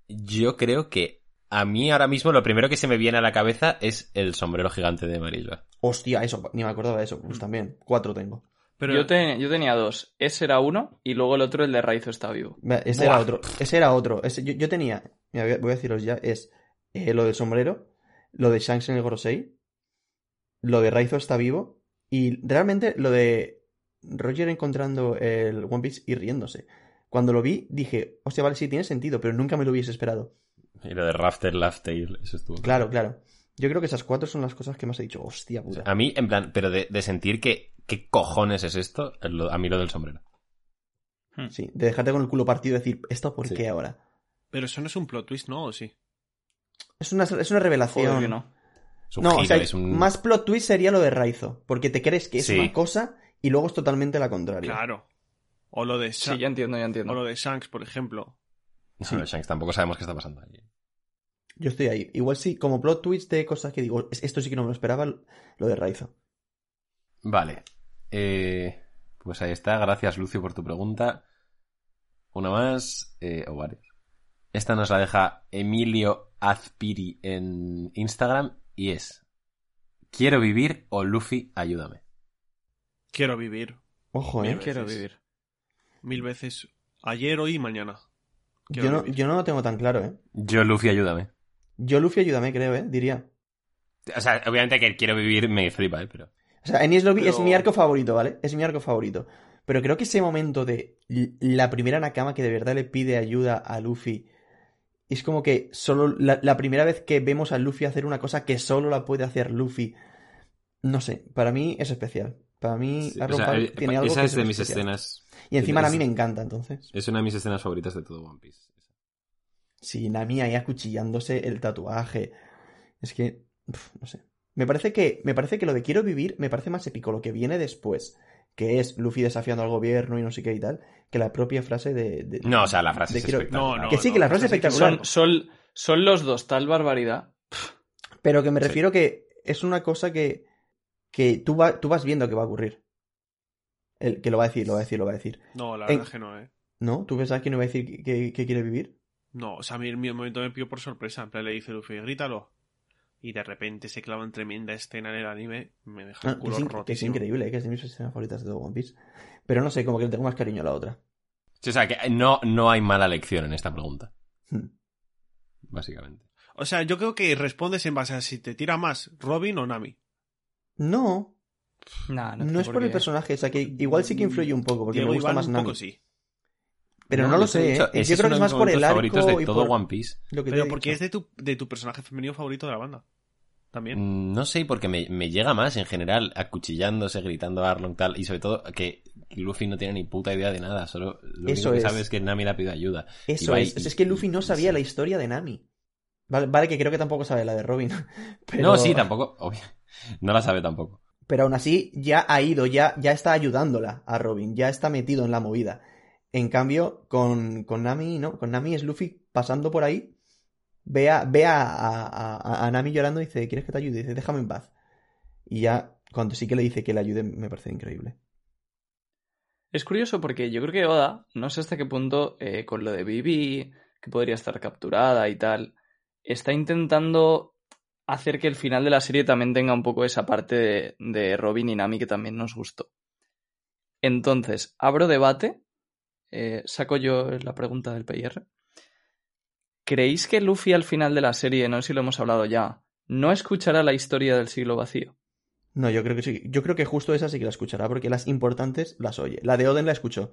Yo creo que a mí ahora mismo lo primero que se me viene a la cabeza es el sombrero gigante de Marilba.
Hostia, eso, ni me acordaba de eso. Pues también, cuatro tengo.
Pero
Yo, te- yo tenía dos. Ese era uno y luego el otro, el de Raizo, está vivo.
Va, Ese
Buah.
era otro. Ese era otro. Ese- yo, yo tenía, mira, voy a- voy a deciros ya, es eh, lo del sombrero, lo de Shanks en el Gorosei, lo de Raizo está vivo, y realmente lo de Roger encontrando el One Piece y riéndose. Cuando lo vi, dije, hostia, vale, sí, tiene sentido, pero nunca me lo hubiese esperado.
Y lo de Rafter Laugh Tale, eso estuvo.
Claro, claro. Yo creo que esas cuatro son las cosas que más he dicho, hostia
O sea,
puta.
A mí, en plan, pero de, de sentir que ¿qué cojones es esto? Lo- A mí lo del sombrero.
Sí, de dejarte con el culo partido y decir, ¿esto por
Sí.
qué ahora?
pero eso no es un plot twist, ¿no? ¿O sí?
Es una, es una
Joder,
revelación.
que no.
Es un
No,
giro,
o sea,
es un-
más plot twist sería lo de Raizo, porque te crees que es
Sí.
una cosa y luego es totalmente la contraria.
Claro. O lo de, Sha-
Sí, ya entiendo, ya
o lo
entiendo.
de Shanks, por ejemplo.
No, no, Shanks, tampoco sabemos qué está pasando ahí.
Yo estoy ahí. Igual sí, como plot twist de cosas que digo, "Es- esto sí que no me lo esperaba, lo de Raizo.
Vale. Eh, pues ahí está. Gracias, Lucio, por tu pregunta. Una más, eh, o varias. Esta nos la deja Emilio Azpiri en Instagram y es ¿Quiero vivir o Luffy, ayúdame?
Quiero vivir.
Ojo, eh.
Mira,
Quiero
veces.
vivir.
Mil veces. Ayer, hoy y mañana. Quiero
Yo no,
vivir.
yo no lo tengo tan claro, eh.
Yo, Luffy, ayúdame.
Yo Luffy ayúdame, creo, eh, diría.
O sea, obviamente que el quiero vivir me flipa, ¿eh? Pero...
O sea, Enies Lobby es
Pero-
mi arco favorito, ¿vale? Es mi arco favorito. Pero creo que ese momento de l- la primera Nakama que de verdad le pide ayuda a Luffy. Es como que solo la, la primera vez que vemos a Luffy hacer una cosa que solo la puede hacer Luffy. No sé, para mí es especial. Para mí
Sí,
Arrow
o sea,
Park
eh,
tiene algo
esa
que
es de mis
especial.
escenas.
Y encima
es-
a mí me encanta, entonces.
Es una de mis escenas favoritas de todo One Piece.
Sí, Nami ahí acuchillándose el tatuaje. Es que, pf, no sé. Me parece que, me parece que lo de quiero vivir me parece más épico lo que viene después, que es Luffy desafiando al gobierno y no sé qué y tal, que la propia frase de. de-
No, o sea, la frase
de
es
quiero-
espectacular.
No, no,
Que sí, que la frase es
Así que
espectacular.
Son, son, son los dos, tal barbaridad.
Pero que me refiero que es una cosa que, que tú, va- tú vas viendo que va a ocurrir. El, que lo va a decir, lo va a decir, lo va a decir.
No, la
En-
verdad es que no, ¿eh?
¿No? ¿Tú pensabas que no iba a decir que, que- que quiere vivir?
No, o sea, a mí en mi momento me pilló por sorpresa. En plan, le dice Luffy, grítalo. Y de repente se clava en tremenda escena en el anime. Me deja el
Ah, que
culo
es, incre- que es
rotísimo.
increíble, eh, que es de mis escenas favoritas de todo One Piece. Pero no sé, como que le tengo más cariño a la otra.
Sí, o sea, que no, no hay mala lección en esta pregunta,
Hmm.
básicamente.
O sea, yo creo que respondes en base a si te tira más Robin o Nami.
No,
Nah,
no es por el personaje, o sea que igual sí que influye un poco, porque
Diego
me gusta
Iván
más
un
Nami.
poco sí.
Pero no,
yo te he
lo sé,
dicho,
eh.
ese
yo creo
uno
que es
de
más
mis
por el
momentos
arco
favoritos de
y
todo
por
One Piece.
lo que te
Pero
he
porque
dicho.
es de tu, de tu personaje femenino favorito de la banda. También.
Mm, No sé, porque me, me llega más en general, acuchillándose, gritando a Arlong tal, y sobre todo que Luffy no tiene ni puta idea de nada, solo lo
Eso
único que
es.
sabe es que Nami le ha pedido ayuda.
Eso
Ibai
es. O sea,
y-
es que Luffy no
y-
sabía
sí.
la historia de Nami. Vale, vale, que creo que tampoco sabe la de Robin. Pero,
No, sí, tampoco, obvio, no la sabe tampoco.
Pero aún así, ya ha ido, ya, ya está ayudándola a Robin, ya está metido en la movida. En cambio, con, con Nami, ¿no? Con Nami es Luffy pasando por ahí, ve a, ve a, a- a- a Nami llorando y dice, ¿quieres que te ayude? Y dice, déjame en paz. Y ya, cuando sí que le dice que le ayude, me parece increíble.
Es curioso porque yo creo que Oda, no sé hasta qué punto, eh, con lo de Vivi, que podría estar capturada y tal, está intentando hacer que el final de la serie también tenga un poco esa parte de, de Robin y Nami que también nos gustó. Entonces, abro debate, eh, saco yo la pregunta del PIR. ¿Creéis que Luffy al final de la serie, no sé si lo hemos hablado ya, no escuchará la historia del siglo vacío?
No, yo creo que sí. Yo creo que justo esa sí que la escuchará, porque las importantes las oye. La de Oden la escuchó.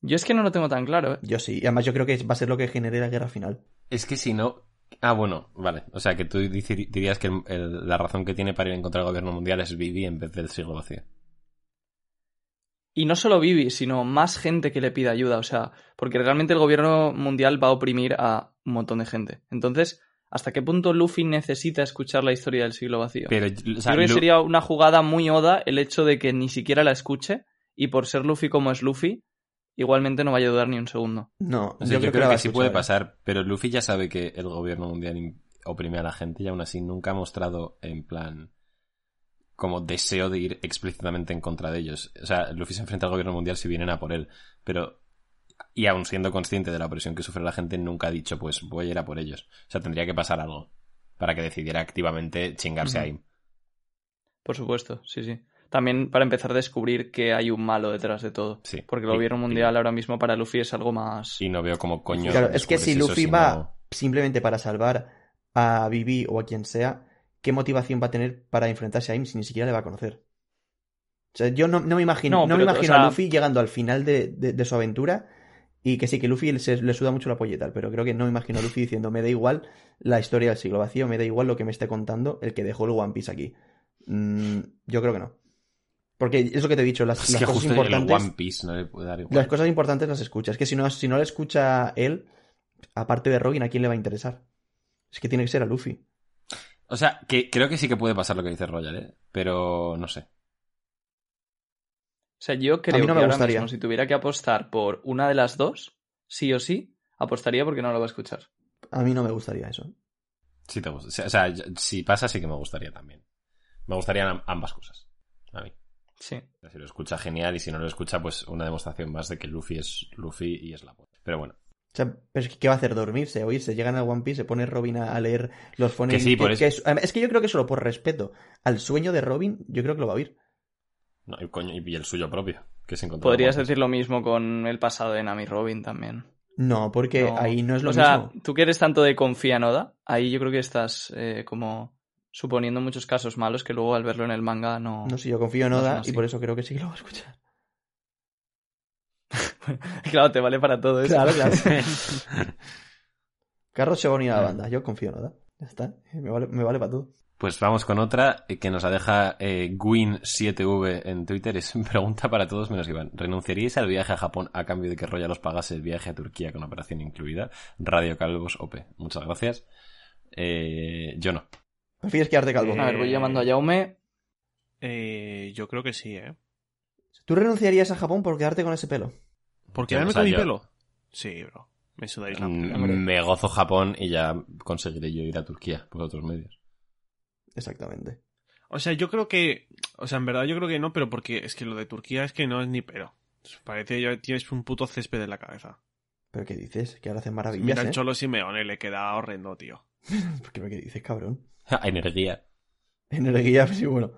Yo es que no lo tengo tan claro, ¿eh?
Yo sí. Y además yo creo que va a ser lo que genere la guerra final.
Es que si no... Ah, bueno, vale. O sea, que tú dici- dirías que el- el- la razón que tiene para ir en contra del gobierno mundial es Vivi en vez del siglo vacío.
Y no solo Vivi, sino más gente que le pida ayuda, o sea, porque realmente el gobierno mundial va a oprimir a un montón de gente. Entonces, ¿hasta qué punto Luffy necesita escuchar la historia del siglo vacío?
Pero, o sea,
Yo creo que
Lu-
sería una jugada muy oda el hecho de que ni siquiera la escuche y por ser Luffy como es Luffy, igualmente no va a ayudar ni un segundo.
No,
O sea, yo, creo,
la
que,
va a
sí puede
escuchar.
pasar, pero Luffy ya sabe que el gobierno mundial im- oprime a la gente y aún así nunca ha mostrado en plan como deseo de ir explícitamente en contra de ellos. O sea, Luffy se enfrenta al gobierno mundial si vienen a por él, pero y aún siendo consciente de la opresión que sufre la gente, nunca ha dicho pues voy a ir a por ellos. O sea, tendría que pasar algo para que decidiera activamente chingarse
Ujú.
a Im.
Por supuesto, sí, sí. También para empezar a descubrir que hay un malo detrás de todo.
Sí.
Porque el
Y-
gobierno
y-
mundial ahora mismo para Luffy es algo más...
Y no veo cómo coño.
Claro, es que
descubres
si
eso
Luffy va
no-
simplemente para salvar a Vivi o a quien sea, ¿qué motivación va a tener para enfrentarse a Im si ni siquiera le va a conocer? O sea, yo no, no me imagino,
No,
no, me
pero, o
imagino
sea-
a Luffy llegando al final de, de- de su aventura y que sí, que Luffy se- le suda mucho la polleta, pero creo que no me imagino a Luffy diciendo, me da igual la historia del siglo vacío, me da igual lo que me esté contando el que dejó el One Piece aquí. Mm, yo creo que no. Porque es lo que te he dicho, las,
Es
las
que
cosas
justo el
importantes...
One Piece no le puede dar igual.
Las cosas importantes las escucha. Es que si no, si no la escucha él, aparte de Robin, ¿a quién le va a interesar? Es que tiene que ser a Luffy.
O sea, que creo que sí que puede pasar lo que dice Roger, ¿eh? Pero no sé.
O sea, yo creo
no me
que ahora
gustaría.
mismo, si tuviera que apostar por una de las dos, sí o sí, apostaría porque no lo va a escuchar.
A mí no me gustaría eso.
Si te gusta. O sea, yo- si pasa, sí que me gustaría también. Me gustarían am- ambas cosas. A mí.
Sí.
Si lo escucha, genial. Y si no lo escucha, pues una demostración más de que Luffy es Luffy y es la puta. Pero bueno.
O sea, pero es que ¿qué va a hacer? ¿Dormirse? ¿Oírse? Llegan al One Piece, se pone Robin a a leer los fones.
Que sí, por eso.
es, además, es que yo creo que solo por respeto al sueño de Robin, yo creo que lo va a oír.
No, y, coño, y el suyo propio. Que se encontró.
Podrías
con-
decir lo mismo con el pasado de Nami Robin también.
No, porque
No.
ahí no es lo
o sea,
mismo.
tú que eres tanto de confía en Oda, ahí yo creo que estás eh, como suponiendo muchos casos malos que luego al verlo en el manga no...
No sé, yo confío en
No,
Oda
no, sí.
y por eso creo que sí que lo va a escuchar.
Claro, te vale para todo eso.
Claro, claro. Carlos se va a unir a la banda. Yo confío en Oda. Ya está. Me vale, me vale para todo.
Pues vamos con otra eh, que nos la deja eh, Gwyn7V en Twitter. Es pregunta para todos menos Iván. ¿Renunciaríais al viaje a Japón a cambio de que Royal os pagase el viaje a Turquía con operación incluida? Radio Calvos OP. Muchas gracias. Eh, yo no.
Prefieres quedarte calvo.
A ver, voy llamando a Yaume.
Eh, yo creo que sí, ¿eh?
¿Tú renunciarías a Japón por quedarte con ese pelo?
¿Por
Yo,
quedarme
o sea,
con mi
yo-
pelo? Sí, bro. Me sudáis la polla.
Mm, Me gozo Japón y ya conseguiré yo ir a Turquía por otros medios.
Exactamente.
O sea, yo creo que. O sea, en verdad yo creo que no, pero porque es que lo de Turquía es que no es ni pero. Parece que ya tienes un puto césped en la cabeza.
¿Pero qué dices? Que ahora hacen
Mira,
maravillas,
al
¿eh?
Cholo Simeone le queda horrendo, tío.
¿Por qué pero qué dices, cabrón?
Energía.
Energía, sí, bueno.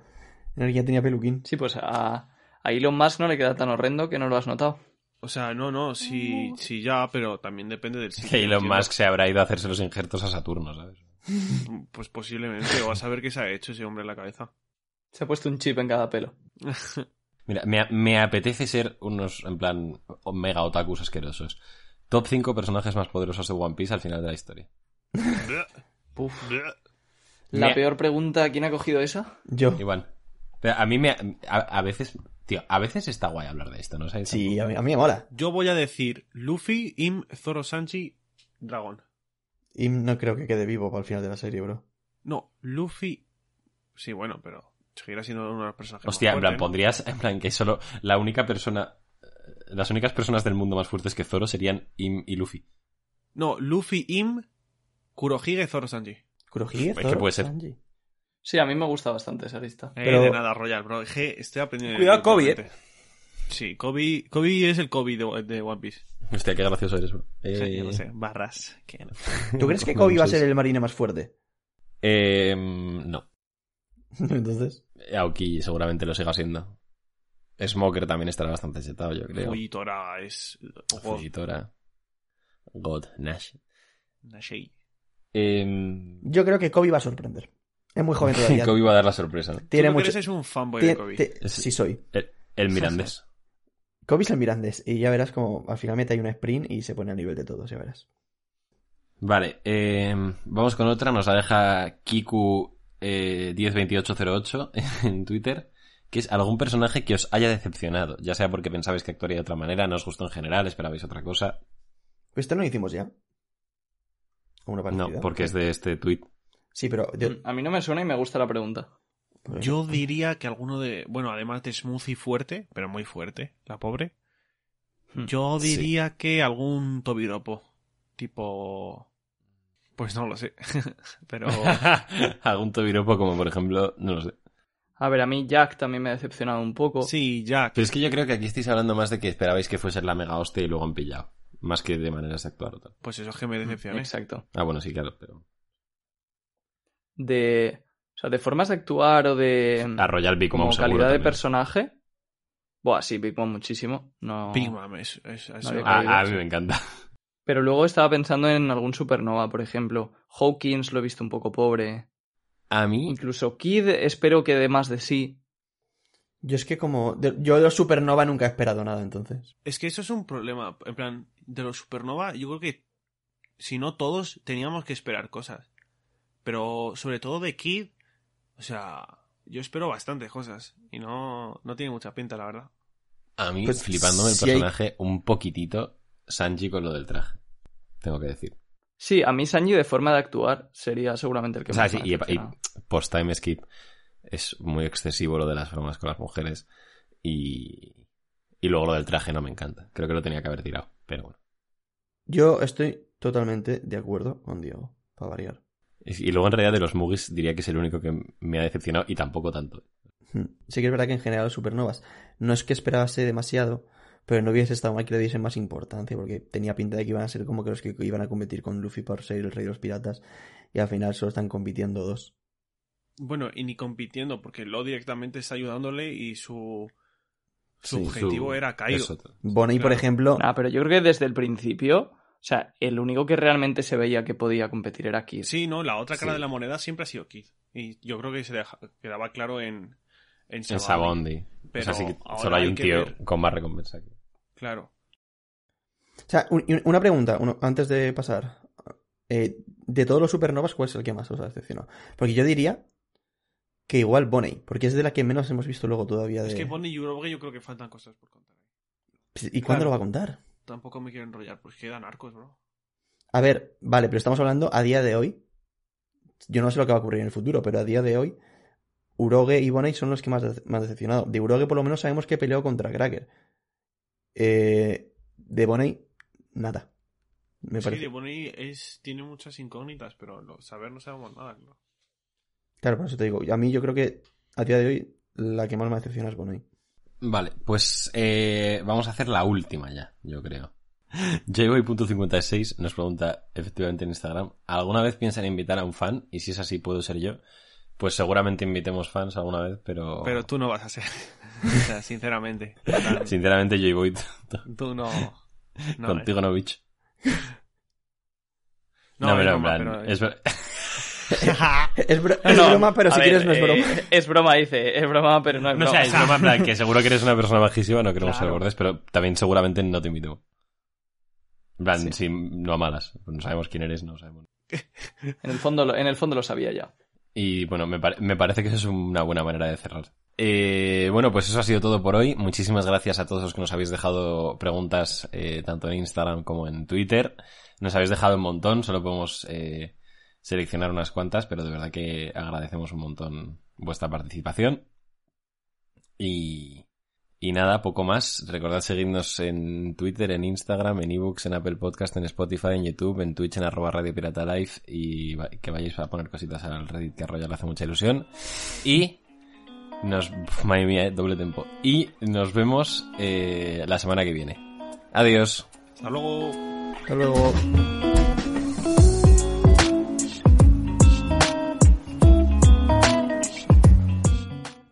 Energía tenía peluquín.
Sí, pues a, a Elon Musk no le queda tan horrendo que no lo has notado.
O sea, no, no, sí, sí ya, pero también depende del sitio.
Que Elon
entiendo.
Musk se habrá ido a hacerse los injertos a Saturno, ¿sabes?
Pues posiblemente, o a saber qué se ha hecho ese hombre en la cabeza.
Se ha puesto un chip en cada pelo.
Mira, me, a- me apetece ser unos, en plan, o- mega otakus asquerosos. Top 5 personajes más poderosos de One Piece al final de la historia.
Puf.
Yo
La
Me-
peor pregunta, ¿quién ha cogido esa?
Yo.
Igual. Pero a mí me... A, a veces... Tío, a veces está guay hablar de esto, ¿no? ¿Sabes?
Sí, a mí, a mí me mola.
voy a decir Luffy, Im, Zoro, Sanji, Dragón.
Y no creo que quede vivo para el final de la serie, bro.
No, Luffy. Sí, bueno, pero seguirá siendo uno de los personajes
Hostia,
más
en plan,
fuertes, ¿no?
pondrías... En plan, que solo la única persona... eh, Las únicas personas del mundo más fuertes que Zoro serían Im y Luffy.
No, Luffy, Im, Kurohige, Zoro, Sanji. Eh,
Kurohige,
Es que
Zoro,
puede ser.
Sanji.
Sí, a mí me gusta bastante esa lista.
Pero-
de nada, Royal, bro. Je, Estoy aprendiendo.
Cuidado, Kobe, eh.
importante. Sí, Kobe, Kobe es el Kobe de, de One Piece.
Hostia, qué gracioso eres, bro. Eh,
Sí, yo no sé, barras. que no.
¿Tú crees que
No,
Kobe
no
va a
sé.
ser el marine más fuerte?
eh, no.
Entonces.
Aoki seguramente lo siga siendo. Smoker también estará bastante setado, yo creo.
Fujitora es. Ojo,
Fujitora. God, Nash.
Nashei.
Eh,
Yo creo que Kobe va a sorprender. Es muy joven todavía.
Kobe va a dar la sorpresa. ¿no?
Tiene
Tú lo que
mucho.
eres es un fanboy de
tiene-
Kobe.
te-
Es-
Sí, soy.
El, el Mirandés.
Kobe es el Mirandés. Y ya verás como al final mete ahí un sprint y se pone a nivel de todos, ya verás.
Vale, eh, vamos con otra. Nos la deja Kiku eh, 102808 en Twitter. Que es algún personaje que os haya decepcionado. Ya sea porque pensabais que actuaría de otra manera, no os gustó en general, esperabais otra cosa.
Pues esto no lo hicimos ya. Como una partida.
No, porque es de este tweet.
Sí, pero. de-
Mm,
pues,
A mí no me suena y me gusta la pregunta.
Mm, Yo diría que alguno de. Bueno, además de Smoothie fuerte, pero muy fuerte, la pobre.
Hmm.
Yo
Sí.
diría que algún Tobiropo. Tipo. Pues no lo sé. pero.
Oh. algún tobiropo como por ejemplo, no lo sé.
A ver, a mí Jack también me ha decepcionado un poco.
Sí, Jack.
Pero es que yo creo que aquí estáis hablando más de que esperabais que fuese la mega hostia y luego han pillado. Más que de maneras de actuar o tal.
Pues eso es que me decepcioné.
Exacto.
Ah, bueno, sí, claro, pero...
De, o sea, de formas de actuar o de mm,
A Royal B como,
como
un seguro
calidad de
también.
personaje. Buah, sí, Big Mom muchísimo. No...
Big Mom, es, es- es-
había
Ah,
calidad,
a mí
sí.
me encanta.
Pero luego estaba pensando en algún supernova, por ejemplo. Hawkins lo he visto un poco pobre.
A mí...
Incluso Kid espero que dé más de sí.
Yo es que como. de- Yo de los Supernova nunca he esperado nada, entonces.
Es que eso es un problema. En plan, de los Supernova, yo creo que si no todos teníamos que esperar cosas. Pero sobre todo de Kid, o sea, yo espero bastantes cosas. Y no, no tiene mucha pinta, la verdad.
A mí,
Pues
flipándome el
si hay-
personaje un poquitito, Sanji con lo del traje. Tengo que decir.
Sí, a mí Sanji de forma de actuar sería seguramente el que
O sea,
más
sí,
me ha
y, y
decepcionado.
post-time skip es muy excesivo lo de las bromas con las mujeres. Y... Y luego lo del traje no me encanta. Creo que lo tenía que haber tirado, pero bueno.
Yo estoy totalmente de acuerdo con Diego, para variar.
Y y luego en realidad de los Mugis diría que es el único que me ha decepcionado y tampoco tanto.
Hmm. Sí que es verdad que en general los supernovas no es que esperase demasiado, pero no hubiese estado mal que le diesen más importancia, porque tenía pinta de que iban a ser como que los que iban a competir con Luffy por ser el rey de los piratas, y al final solo están compitiendo dos.
Bueno, y ni compitiendo, porque Lo directamente está ayudándole y su, su
Sí,
objetivo
su-
era Kaido.
eso.
Bonnie, por
Claro.
ejemplo,
Nah, pero yo creo que desde el principio, o sea, el único que realmente se veía que podía competir era Kid.
Sí, no, la otra cara
Sí.
de la moneda siempre ha sido Kid. Y yo creo que se deja- quedaba claro en, en
En
Sabaody.
Sabondi. O
Pero
sea, sí que
ahora
solo hay un
que
tío
ver-
con más recompensa. que-
Claro.
O sea, un- y una pregunta, uno- antes de pasar. Eh, de todos los supernovas, ¿cuál es el que más os ha decepcionado? Porque yo diría que igual Bonnie, porque es de la que menos hemos visto luego todavía. De... Pues,
Es que Bonnie y Urobge yo creo que faltan cosas por contar.
¿Y cuándo
claro.
lo va a contar?
Tampoco me quiero enrollar, pues quedan arcos, bro.
A ver, vale, pero estamos hablando a día de hoy. Yo no sé lo que va a ocurrir en el futuro, pero a día de hoy, Uroge y Bonnie son los que más, dece- más decepcionado. De Uroge, por lo menos, sabemos que peleó contra Cracker. Eh, de Bonnie, nada. Me
sí,
parece.
de Bonnie es, tiene muchas incógnitas, pero lo- saber no sabemos nada, claro.
Claro, por eso te digo. A mí yo creo que a día de hoy la que más me decepciona es Bonnie.
Vale, pues eh, vamos a hacer la última ya, yo creo. Jboy.56 nos pregunta efectivamente en Instagram, ¿alguna vez piensan invitar a un fan? Y si es así, puedo ser yo. Pues seguramente invitemos fans alguna vez, pero...
Pero tú no vas a ser. O sea, sinceramente. En plan,
Sinceramente, Jboy,
Tú no. no eh.
contigo no, bitch. No,
es
pero en
broma,
plan,
pero-
es ver-
Es, bro- es broma, pero
a
si
ver,
quieres no es
eh,
broma.
es broma, dice. Es broma, pero no es
No,
broma.
o sea, es broma, en plan, que seguro que eres una persona majísima, no queremos ser
Claro.
bordes, pero también seguramente no te invitemos. En plan,
Sí.
si no a malas. No sabemos quién eres, no sabemos.
en, el fondo, lo- en el fondo lo sabía ya.
Y bueno, me, pare- me parece que eso es una buena manera de cerrar. Eh, bueno, pues eso ha sido todo por hoy. Muchísimas gracias a todos los que nos habéis dejado preguntas eh, tanto en Instagram como en Twitter. Nos habéis dejado un montón, solo podemos eh, seleccionar unas cuantas, pero de verdad que agradecemos un montón vuestra participación. Y, y nada, poco más. Recordad seguirnos en Twitter, en Instagram, en ebooks, en Apple Podcast, en Spotify, en YouTube, en Twitch, en arroba Radio Pirata Live y va- que vayáis a poner cositas al Reddit que a Royal le hace mucha ilusión. Y nos... pf, Madre mía, eh, doble tempo. Y nos vemos eh, la semana que viene. Adiós.
Hasta luego.
Hasta luego.